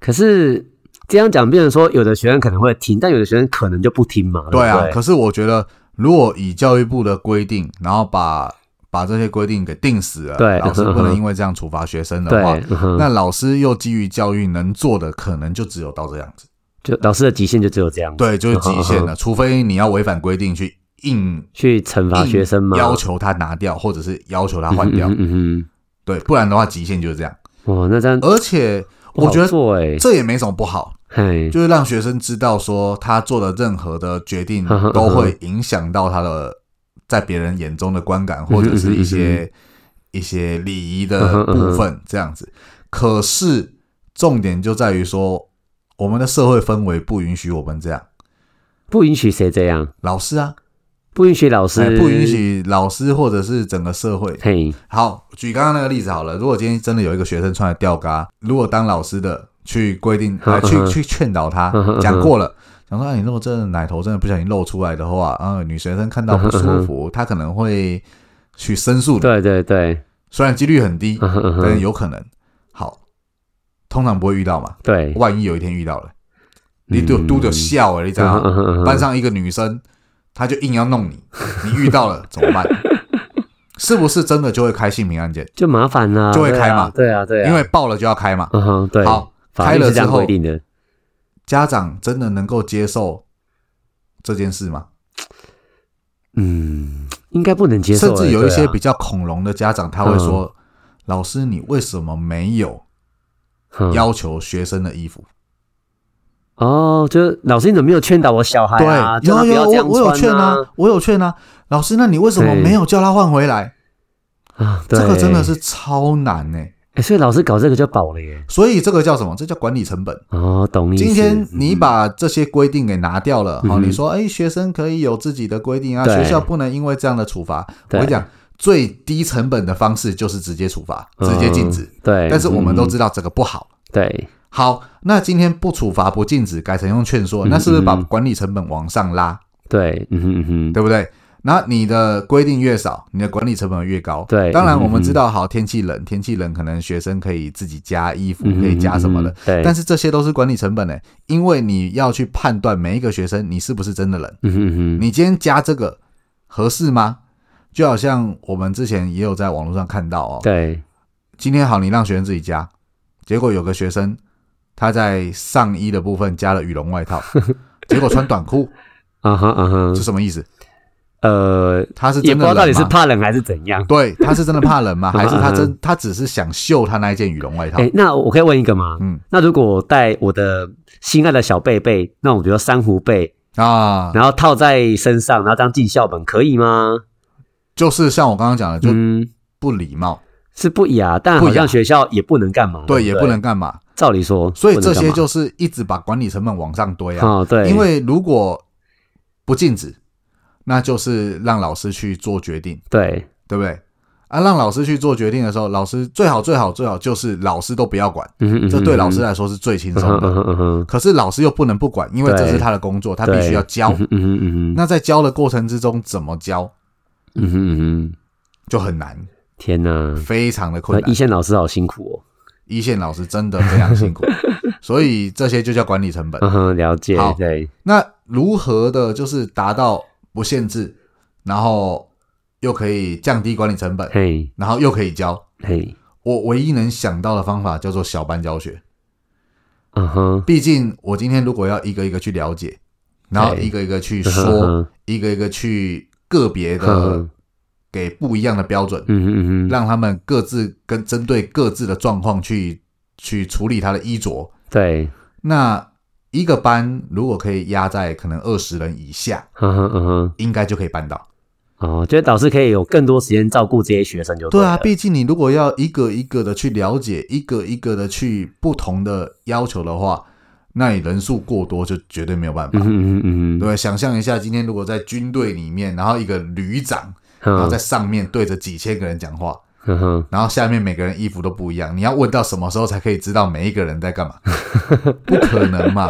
Speaker 2: 可是这样讲，变成说有的学生可能会听，但有的学生可能就不听嘛。
Speaker 1: 对啊，
Speaker 2: 不
Speaker 1: 可是我觉得如果以教育部的规定，然后把把这些规定给定死了，
Speaker 2: 对
Speaker 1: 老师
Speaker 2: 嗯哼
Speaker 1: 不
Speaker 2: 嗯
Speaker 1: 能
Speaker 2: 哼
Speaker 1: 因为这样处罚学生的话
Speaker 2: 对，，嗯哼
Speaker 1: 那老师又基于教育能做的，可能就只有到这样子。
Speaker 2: 就老师的极限就只有这样子，
Speaker 1: 对，就是极限
Speaker 2: 嗯
Speaker 1: 了，除非你要违反规定去硬
Speaker 2: 去惩罚学生嘛，
Speaker 1: 要求他拿掉，或者是要求他换掉
Speaker 2: 嗯，嗯嗯
Speaker 1: 对，不然的话极限就是这样。
Speaker 2: 嗯，哇，那这样
Speaker 1: 而且
Speaker 2: 不好
Speaker 1: 我觉得
Speaker 2: 做哎，
Speaker 1: 这也没什么不好，
Speaker 2: 嘿，
Speaker 1: 就是让学生知道说他做的任何的决定
Speaker 2: 呵呵呵
Speaker 1: 都会影响到他的在别人眼中的观感，或者
Speaker 2: 嗯
Speaker 1: 是一些一些礼仪的部分这样子。可是重点就在于说，我们的社会氛围不允许我们这样。
Speaker 2: 不允许谁这样，
Speaker 1: 老师啊，
Speaker 2: 不允许老师
Speaker 1: 哎，不允，许老师或者是整个社会。
Speaker 2: 嘿，
Speaker 1: 好，举刚刚那个例子好了。如果今天真的有一个学生穿的吊嘎，如果当老师的去规 定，
Speaker 2: 嗯
Speaker 1: 呃，去
Speaker 2: 嗯
Speaker 1: 去劝导 他
Speaker 2: 嗯嗯，
Speaker 1: 讲过了，讲说，啊，你如果真的奶头真的不小心露出来的话，啊、女学生看到不舒 服，她可能会去申诉你，
Speaker 2: 对对对，
Speaker 1: 虽然几率很 低，
Speaker 2: 嗯哼嗯
Speaker 1: 但是
Speaker 2: 哼
Speaker 1: 有可能。好，通常不会遇到嘛，
Speaker 2: 对，
Speaker 1: 万一有一天遇到了，你都
Speaker 2: 嗯
Speaker 1: 都得笑了，你知道
Speaker 2: 嗯
Speaker 1: 吗？
Speaker 2: 哼嗯哼
Speaker 1: 班上一个女生，她就硬要弄你，你遇到了怎么 办？是不是真的就会开性平案件？
Speaker 2: 就麻烦啦，
Speaker 1: 就会开嘛
Speaker 2: 对啊对啊，对啊
Speaker 1: 因为报了就要开嘛。
Speaker 2: 嗯哼对，
Speaker 1: 好，
Speaker 2: 法
Speaker 1: 开
Speaker 2: 律
Speaker 1: 了
Speaker 2: 是这
Speaker 1: 之
Speaker 2: 样
Speaker 1: 后
Speaker 2: 规，定的，
Speaker 1: 家长真的能够接受这件事吗？
Speaker 2: 嗯，应该不能接受欸，
Speaker 1: 甚至有一
Speaker 2: 对啊
Speaker 1: 些比较恐龙的家长，他会说：“老师，你为什么没有
Speaker 2: 嗯
Speaker 1: 要求学生的衣服
Speaker 2: 哦，就是老师你怎么没有劝导我小？”孩啊？
Speaker 1: 对，
Speaker 2: 叫他
Speaker 1: 有
Speaker 2: 不要
Speaker 1: 有
Speaker 2: 这样
Speaker 1: 我我有劝
Speaker 2: 穿
Speaker 1: 啊，我有劝啊。老师，那你为什么
Speaker 2: 对
Speaker 1: 没有叫他换回来？
Speaker 2: 啊，
Speaker 1: 这个
Speaker 2: 对
Speaker 1: 真的是超难呢、
Speaker 2: 欸，所以老师搞这个就饱了耶。
Speaker 1: 所以这个叫什么？这叫管理成本。
Speaker 2: 哦，懂意思。
Speaker 1: 今天你
Speaker 2: 嗯
Speaker 1: 把这些规定给拿掉了，
Speaker 2: 嗯
Speaker 1: 好，
Speaker 2: 哼
Speaker 1: 你说，哎，学生可以有自己的规定啊，
Speaker 2: 对
Speaker 1: 学校不能因为这样的处罚。我
Speaker 2: 对
Speaker 1: 跟你讲，最低成本的方式就是直接处罚，直接禁止。
Speaker 2: 嗯对，
Speaker 1: 但是我们都
Speaker 2: 嗯
Speaker 1: 知道这个不好。
Speaker 2: 对，
Speaker 1: 好，那今天不处罚不禁止，改成用劝说，
Speaker 2: 嗯
Speaker 1: 那是不是把
Speaker 2: 嗯
Speaker 1: 管理成本往上拉，
Speaker 2: 对，嗯哼嗯哼，
Speaker 1: 对不对？那你的规定越少，你的管理成本越高。
Speaker 2: 对
Speaker 1: 当然
Speaker 2: 嗯
Speaker 1: 我们
Speaker 2: 嗯
Speaker 1: 知道，好，天气冷，天气冷可能学生可以自己加衣服，
Speaker 2: 嗯
Speaker 1: 可以加什么的
Speaker 2: 嗯。对，
Speaker 1: 但
Speaker 2: 是
Speaker 1: 是这些都是管理成本呢，因为你要去判断每一个学生你是不是真的冷。
Speaker 2: 嗯哼嗯哼，
Speaker 1: 你今天加这个合适吗？就好像我们之前也有在网络上看到哦，
Speaker 2: 对，
Speaker 1: 今天好，你让学生自己加，结果有个学生他在上衣的部分加了羽绒外 套，结果穿短裤，
Speaker 2: 啊哈啊哈
Speaker 1: 是，什么意思？
Speaker 2: 呃，
Speaker 1: 他是
Speaker 2: 也
Speaker 1: 真的
Speaker 2: 不
Speaker 1: 冷
Speaker 2: 知道到底是
Speaker 1: 吗
Speaker 2: 怕冷还是怎样。
Speaker 1: 对，他是真的怕冷 吗？还是他
Speaker 2: 嗯嗯
Speaker 1: 真他只是想秀他那一件羽绒外套？
Speaker 2: 哎，那我可以问一个吗？
Speaker 1: 嗯
Speaker 2: 那如果我带我的心爱的小贝贝，那我比如说珊瑚贝，
Speaker 1: 啊，
Speaker 2: 然后套在身上，然后当进校本，可以吗？
Speaker 1: 就是像我刚刚讲的，就
Speaker 2: 嗯，
Speaker 1: 不礼貌，
Speaker 2: 是不雅，但好
Speaker 1: 不雅
Speaker 2: 像学校也不能干嘛，
Speaker 1: 对，
Speaker 2: 不
Speaker 1: 也不能。干嘛。
Speaker 2: 照理说，
Speaker 1: 所以
Speaker 2: 不能
Speaker 1: 这
Speaker 2: 干
Speaker 1: 些
Speaker 2: 嘛
Speaker 1: 就是一直把管理成本往上堆啊。
Speaker 2: 哦，对，
Speaker 1: 因为如果不禁止，那就是让老师去做决定，
Speaker 2: 对
Speaker 1: 对不对？啊，让老师去做决定的时候，老师最好最好最好就是老师都不要管，
Speaker 2: 嗯哼，嗯哼
Speaker 1: 这对老师来说是最轻
Speaker 2: 嗯哼
Speaker 1: 松
Speaker 2: 嗯
Speaker 1: 的。
Speaker 2: 哼嗯哼，
Speaker 1: 可是老师又不能不管，因为
Speaker 2: 对
Speaker 1: 这是他的工作，他必
Speaker 2: 对
Speaker 1: 须要教
Speaker 2: 嗯。哼嗯哼嗯哼，
Speaker 1: 那在教的过程之中，怎么教
Speaker 2: 嗯哼嗯哼，
Speaker 1: 就很难，
Speaker 2: 天哪！
Speaker 1: 非常的困
Speaker 2: 嗯那
Speaker 1: 难
Speaker 2: 易。线老师好辛苦哦
Speaker 1: 一线老师真的非常辛 苦，所以这些就叫管理成本
Speaker 2: 哦。。嗯哼，了解
Speaker 1: 好，
Speaker 2: 对，
Speaker 1: 那如何的，就是达到不限制，然后又可以降低管理成本，
Speaker 2: 嘿，
Speaker 1: 然后又可以教？
Speaker 2: 嘿，
Speaker 1: 我唯一能想到的方法叫做小班教学。
Speaker 2: 嗯哼，
Speaker 1: 毕竟我今天如果要一个一个去了解，然后
Speaker 2: 对
Speaker 1: 一个一个去
Speaker 2: 嗯
Speaker 1: 说
Speaker 2: 哼，
Speaker 1: 一个一个去个别
Speaker 2: 嗯
Speaker 1: 的给不一样的标准，
Speaker 2: 嗯哼嗯哼，
Speaker 1: 让他们各自跟针对各自的状况去去处理他的衣着。
Speaker 2: 对，
Speaker 1: 那一个班如果可以压在可能二十人以下，
Speaker 2: 嗯哼嗯哼，
Speaker 1: 应该就可以办到。
Speaker 2: 哦，觉得老师可以有更多时间照顾这些学生就
Speaker 1: 对
Speaker 2: 了
Speaker 1: 啊，毕竟你如果要一个一个的去了解，一个一个的去不同的要求的话，那你人数过多就绝对没有办法。
Speaker 2: 嗯哼嗯哼嗯哼
Speaker 1: 对，想象一下，今天如果在军队里面，然后一个旅长，
Speaker 2: 嗯，
Speaker 1: 然后在上面对着几千个人讲话，
Speaker 2: 嗯哼，
Speaker 1: 然后下面每个人衣服都不一样，你要问到什么时候才可以知道每一个人在干 嘛？不可能嘛！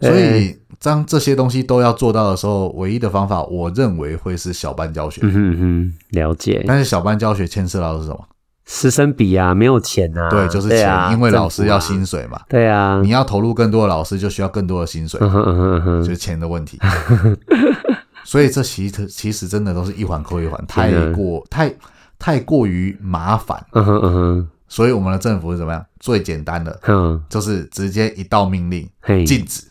Speaker 1: 所
Speaker 2: 哎
Speaker 1: 以当这些东西都要做到的时候，唯一的方法，我认为会是小班教学。
Speaker 2: 嗯哼嗯哼，了解。
Speaker 1: 但是小班教学牵涉到的是什么？
Speaker 2: 师生比啊，没有钱啊，
Speaker 1: 对，就是
Speaker 2: 对
Speaker 1: 钱，
Speaker 2: 啊、
Speaker 1: 因为老师要
Speaker 2: 辛，
Speaker 1: 薪水嘛，
Speaker 2: 对啊，
Speaker 1: 你要投入更多的老师，就需要更多的薪水，
Speaker 2: 嗯哼嗯哼嗯
Speaker 1: 就
Speaker 2: 哼，
Speaker 1: 是钱的 问题。所以这其实其实真的都是一环扣一环，太
Speaker 2: 天啊
Speaker 1: 过太太过于麻烦，
Speaker 2: 嗯哼嗯哼，嗯
Speaker 1: 所以我们的政府是怎么样？最简单的
Speaker 2: 哼，
Speaker 1: 就是直接一道命令
Speaker 2: 嘿，
Speaker 1: 禁止。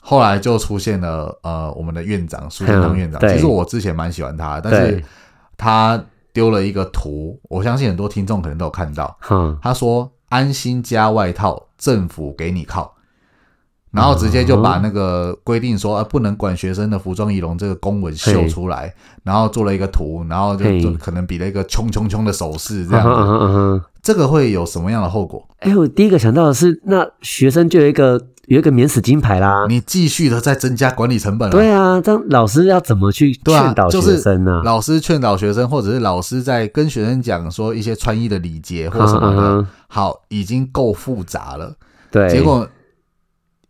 Speaker 1: 后来就出现了呃，我们的院长苏贞昌院长
Speaker 2: 嗯，对
Speaker 1: 其实我之前蛮喜欢他的，但是
Speaker 2: 对
Speaker 1: 他丢了一个图，我相信很多听众可能都有看到，
Speaker 2: 嗯哼，
Speaker 1: 他说安心加外套，政府给你靠。然后直接就把那个规定说，呃，不能管学生的服装仪容这个公文秀
Speaker 2: 嘿
Speaker 1: 出来，然后做了一个图，然后就
Speaker 2: 嘿
Speaker 1: 就可能比了一个冲冲冲的手势这
Speaker 2: 嗯
Speaker 1: 样
Speaker 2: 哼嗯
Speaker 1: 子。
Speaker 2: 哼嗯哼。
Speaker 1: 这个会有什么样的后果？
Speaker 2: 哎、我第一个想到的是，那学生就有一个有一个免死金牌啦。
Speaker 1: 你继续的再增加管理成本了。
Speaker 2: 嗯对啊，这样老师要怎么去
Speaker 1: 对啊
Speaker 2: 劝导
Speaker 1: 就
Speaker 2: 学
Speaker 1: 是
Speaker 2: 生呢、
Speaker 1: 老师劝导学生，或者是老师在跟学生讲说一些穿衣的礼节或
Speaker 2: 嗯
Speaker 1: 什么
Speaker 2: 嗯
Speaker 1: 的
Speaker 2: 嗯，
Speaker 1: 好，已经够复杂了。
Speaker 2: 对，
Speaker 1: 结，果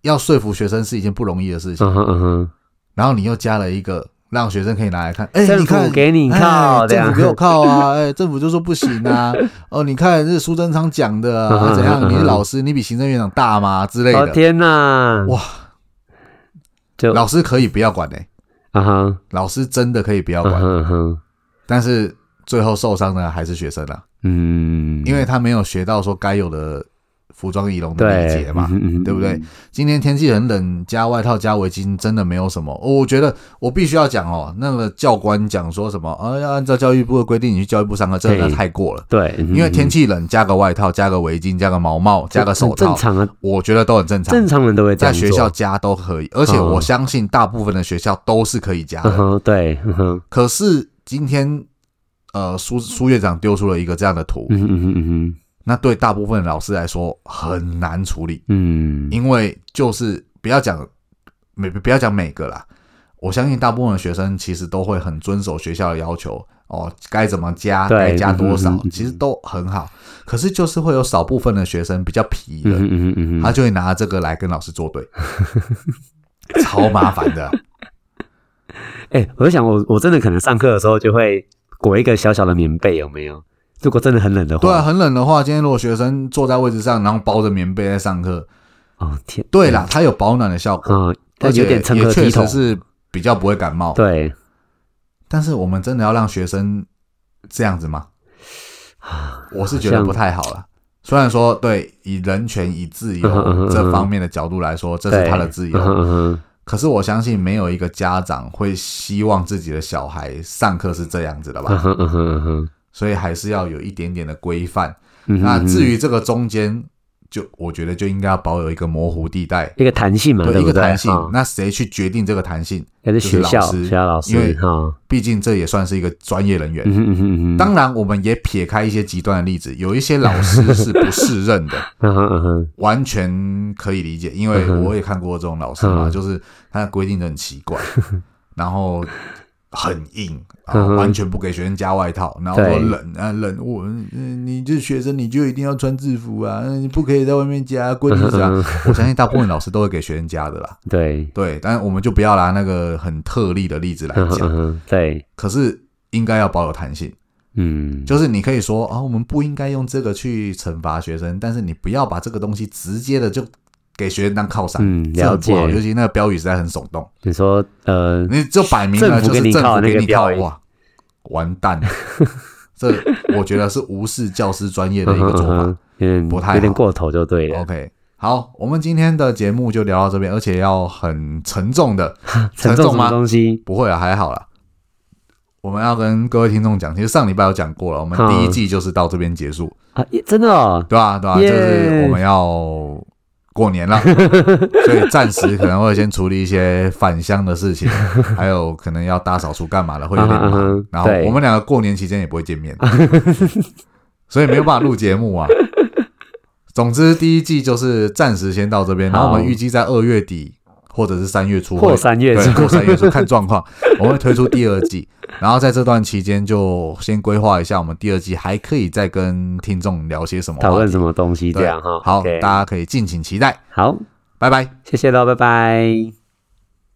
Speaker 1: 要说服学生是一件不容易的事情，
Speaker 2: 嗯哼嗯哼，
Speaker 1: 然后你又加了一个让学生可以拿来看，哎，
Speaker 2: 政府
Speaker 1: 你看
Speaker 2: 给你靠
Speaker 1: 哎
Speaker 2: 这样
Speaker 1: 政府给我靠 啊，哎，政府就说不行啊，哦，你看这苏贞昌讲的
Speaker 2: 嗯
Speaker 1: 啊，
Speaker 2: 嗯
Speaker 1: 怎样？
Speaker 2: 嗯
Speaker 1: 你是
Speaker 2: 嗯
Speaker 1: 老师，你比行政院长大吗之类
Speaker 2: 哦
Speaker 1: 的？
Speaker 2: 天哪，
Speaker 1: 哇，
Speaker 2: 就
Speaker 1: 老师可以不要管哎，
Speaker 2: 啊哈，
Speaker 1: 老师真的可以不要
Speaker 2: 嗯哼
Speaker 1: 管，
Speaker 2: 嗯哼，
Speaker 1: 但是最后受伤的还是学生啊。
Speaker 2: 嗯，
Speaker 1: 因为他没有学到说该有的服装仪容的
Speaker 2: 对
Speaker 1: 礼节嘛，
Speaker 2: 嗯哼嗯哼
Speaker 1: 对不对？今天天气很冷，加外套加围巾真的没有什么。哦、我觉得我必须要讲哦，那个教官讲说什么啊，要按照教育部的规定，你去教育部上课，这个
Speaker 2: 嘿
Speaker 1: 太过了。
Speaker 2: 对，嗯
Speaker 1: 因为天
Speaker 2: 气
Speaker 1: 气冷，加个外套，加个围巾，加个毛帽，加个手
Speaker 2: 正
Speaker 1: 套，
Speaker 2: 常啊，
Speaker 1: 我觉得都很正常。
Speaker 2: 正常人都会这
Speaker 1: 在
Speaker 2: 样
Speaker 1: 学
Speaker 2: 做
Speaker 1: 校，加都可以，而且
Speaker 2: 嗯
Speaker 1: 我相信大部分的学校都是可以加的
Speaker 2: 嗯。哼，对，嗯哼，
Speaker 1: 可是今天，呃，苏苏院长丢出了一个这样的图，
Speaker 2: 嗯哼嗯哼嗯哼，
Speaker 1: 那对大部分老师来说很难处理，
Speaker 2: 嗯，
Speaker 1: 因为就是不要讲每不要讲每个啦，我相信大部分的学生其实都会很遵守学校的要求哦，该怎么加，
Speaker 2: 对
Speaker 1: 该加多少
Speaker 2: 嗯嗯嗯，嗯
Speaker 1: 其实都很好。可是就是会有少部分的学生比较皮
Speaker 2: 嗯
Speaker 1: 的，
Speaker 2: 哼嗯哼嗯
Speaker 1: 他
Speaker 2: 哼，
Speaker 1: 就会拿这个来跟老师 作对，超麻烦的。
Speaker 2: 哦哎、我就想我，我真的可能上课的时候就会裹一个小小的棉被，有没有？如果真的很冷的话，
Speaker 1: 对啊，很冷的话，今天如果学生坐在位置上，然后包着棉被在上课，
Speaker 2: 哦天，
Speaker 1: 对啦，它有保暖的效果，
Speaker 2: 嗯，
Speaker 1: 而
Speaker 2: 但
Speaker 1: 且
Speaker 2: 有点成
Speaker 1: 也
Speaker 2: 何
Speaker 1: 确
Speaker 2: 体统
Speaker 1: 实？是比较不会感冒。
Speaker 2: 对，
Speaker 1: 但是我们真的要让学生这样子吗？
Speaker 2: 啊
Speaker 1: 我是觉得
Speaker 2: 好像
Speaker 1: 不太好了。虽然说对以人权、以自
Speaker 2: 嗯哼嗯
Speaker 1: 由
Speaker 2: 哼
Speaker 1: 这方面的角度来说，这是他的自由，
Speaker 2: 对嗯哼嗯哼
Speaker 1: 可是我相信没有一个家长会希望自己的小孩上课是这样子的
Speaker 2: 嗯
Speaker 1: 吧？
Speaker 2: 哼嗯哼嗯哼
Speaker 1: 所以还是要有一点点的规范。
Speaker 2: 嗯哼，
Speaker 1: 那至
Speaker 2: 于
Speaker 1: 于这个中间，就我觉得就应该要保有一个模糊地带，
Speaker 2: 一个弹性嘛，嗯对嗯
Speaker 1: 一
Speaker 2: 不
Speaker 1: 个
Speaker 2: 对？
Speaker 1: 弹性
Speaker 2: 哈。
Speaker 1: 那谁去决定这个弹性？
Speaker 2: 还
Speaker 1: 就
Speaker 2: 是
Speaker 1: 是
Speaker 2: 学
Speaker 1: 老
Speaker 2: 校
Speaker 1: 师
Speaker 2: 学校老师，
Speaker 1: 因为
Speaker 2: 哈，
Speaker 1: 毕竟这也算是一个专业人员。
Speaker 2: 嗯哼嗯哼嗯哼，
Speaker 1: 当然，我们也撇开一些极端的例子，有一些老师是不适任 的，
Speaker 2: 嗯哼嗯哼，
Speaker 1: 完全可以理解，因为我也看过这种老师嘛，
Speaker 2: 嗯
Speaker 1: 就是他的规定都很奇 怪，然后很硬，然
Speaker 2: 嗯
Speaker 1: 后
Speaker 2: 哼
Speaker 1: 完全不给学生加外套，然后说
Speaker 2: 对
Speaker 1: 冷啊冷，我嗯你这学生你就一定要穿制服啊，你不可以在外面加，规定是这样。
Speaker 2: 嗯
Speaker 1: 啊我相信大部分老师都会给学生加的啦，
Speaker 2: 对，
Speaker 1: 对，但我们就不要拿那个很特例的例子来
Speaker 2: 嗯哼
Speaker 1: 讲，
Speaker 2: 嗯哼，对，
Speaker 1: 可是应该要保有弹性。
Speaker 2: 嗯，
Speaker 1: 就是你可以说啊，我们不应该用这个去惩罚学生，但是你不要把这个东西直接的就给学生当犒赏，
Speaker 2: 嗯
Speaker 1: 这很不好。
Speaker 2: 了解
Speaker 1: 尤其那个标语实在很耸动，
Speaker 2: 你说呃，
Speaker 1: 你就摆明了
Speaker 2: 政府
Speaker 1: 就
Speaker 2: 给
Speaker 1: 是
Speaker 2: 你
Speaker 1: 政府
Speaker 2: 靠那
Speaker 1: 给
Speaker 2: 个
Speaker 1: 你靠
Speaker 2: 标，语
Speaker 1: 哇，完蛋 了！这我觉得是无视教师专业的一个做
Speaker 2: 嗯哼
Speaker 1: 法。
Speaker 2: 嗯哼有点
Speaker 1: 不太
Speaker 2: 有点
Speaker 1: 好哦
Speaker 2: 过头就对了，
Speaker 1: OK，好，我们今天的节目就聊到这边，而且要很沉重的，
Speaker 2: 沉
Speaker 1: 沉重
Speaker 2: 重什么
Speaker 1: 吗
Speaker 2: 东西？
Speaker 1: 不会啊，还好啦。我们要跟各位听众讲，其实上礼拜有讲过了，我们第一
Speaker 2: 嗯
Speaker 1: 季就是到这边结束。
Speaker 2: 啊，耶真的哦，
Speaker 1: 对啊，对啊，就
Speaker 2: 耶
Speaker 1: 是我们要过年了，所以暂时可能会先处理一些返乡的事情，还有可能要大扫除干嘛的，会有 点忙
Speaker 2: 嗯哼嗯哼。
Speaker 1: 然后
Speaker 2: 对
Speaker 1: 我们两个过年期间也不会见面， 所以没有办法录节目啊。总之，第一季就是暂时先到这边，然后我们
Speaker 2: 好
Speaker 1: 预计在二月底或者是三月初会，
Speaker 2: 过三月
Speaker 1: 对，
Speaker 2: 初
Speaker 1: 过三月初看状况， 我们会推出第二季。然后在这段期间，就先规划一下我们第二季还可以再跟听众聊些什么话题
Speaker 2: 讨论什么东西这样哈？
Speaker 1: 好
Speaker 2: OK，
Speaker 1: 大家可以敬请期待，
Speaker 2: 好，
Speaker 1: 拜拜。
Speaker 2: 谢谢喽，拜拜。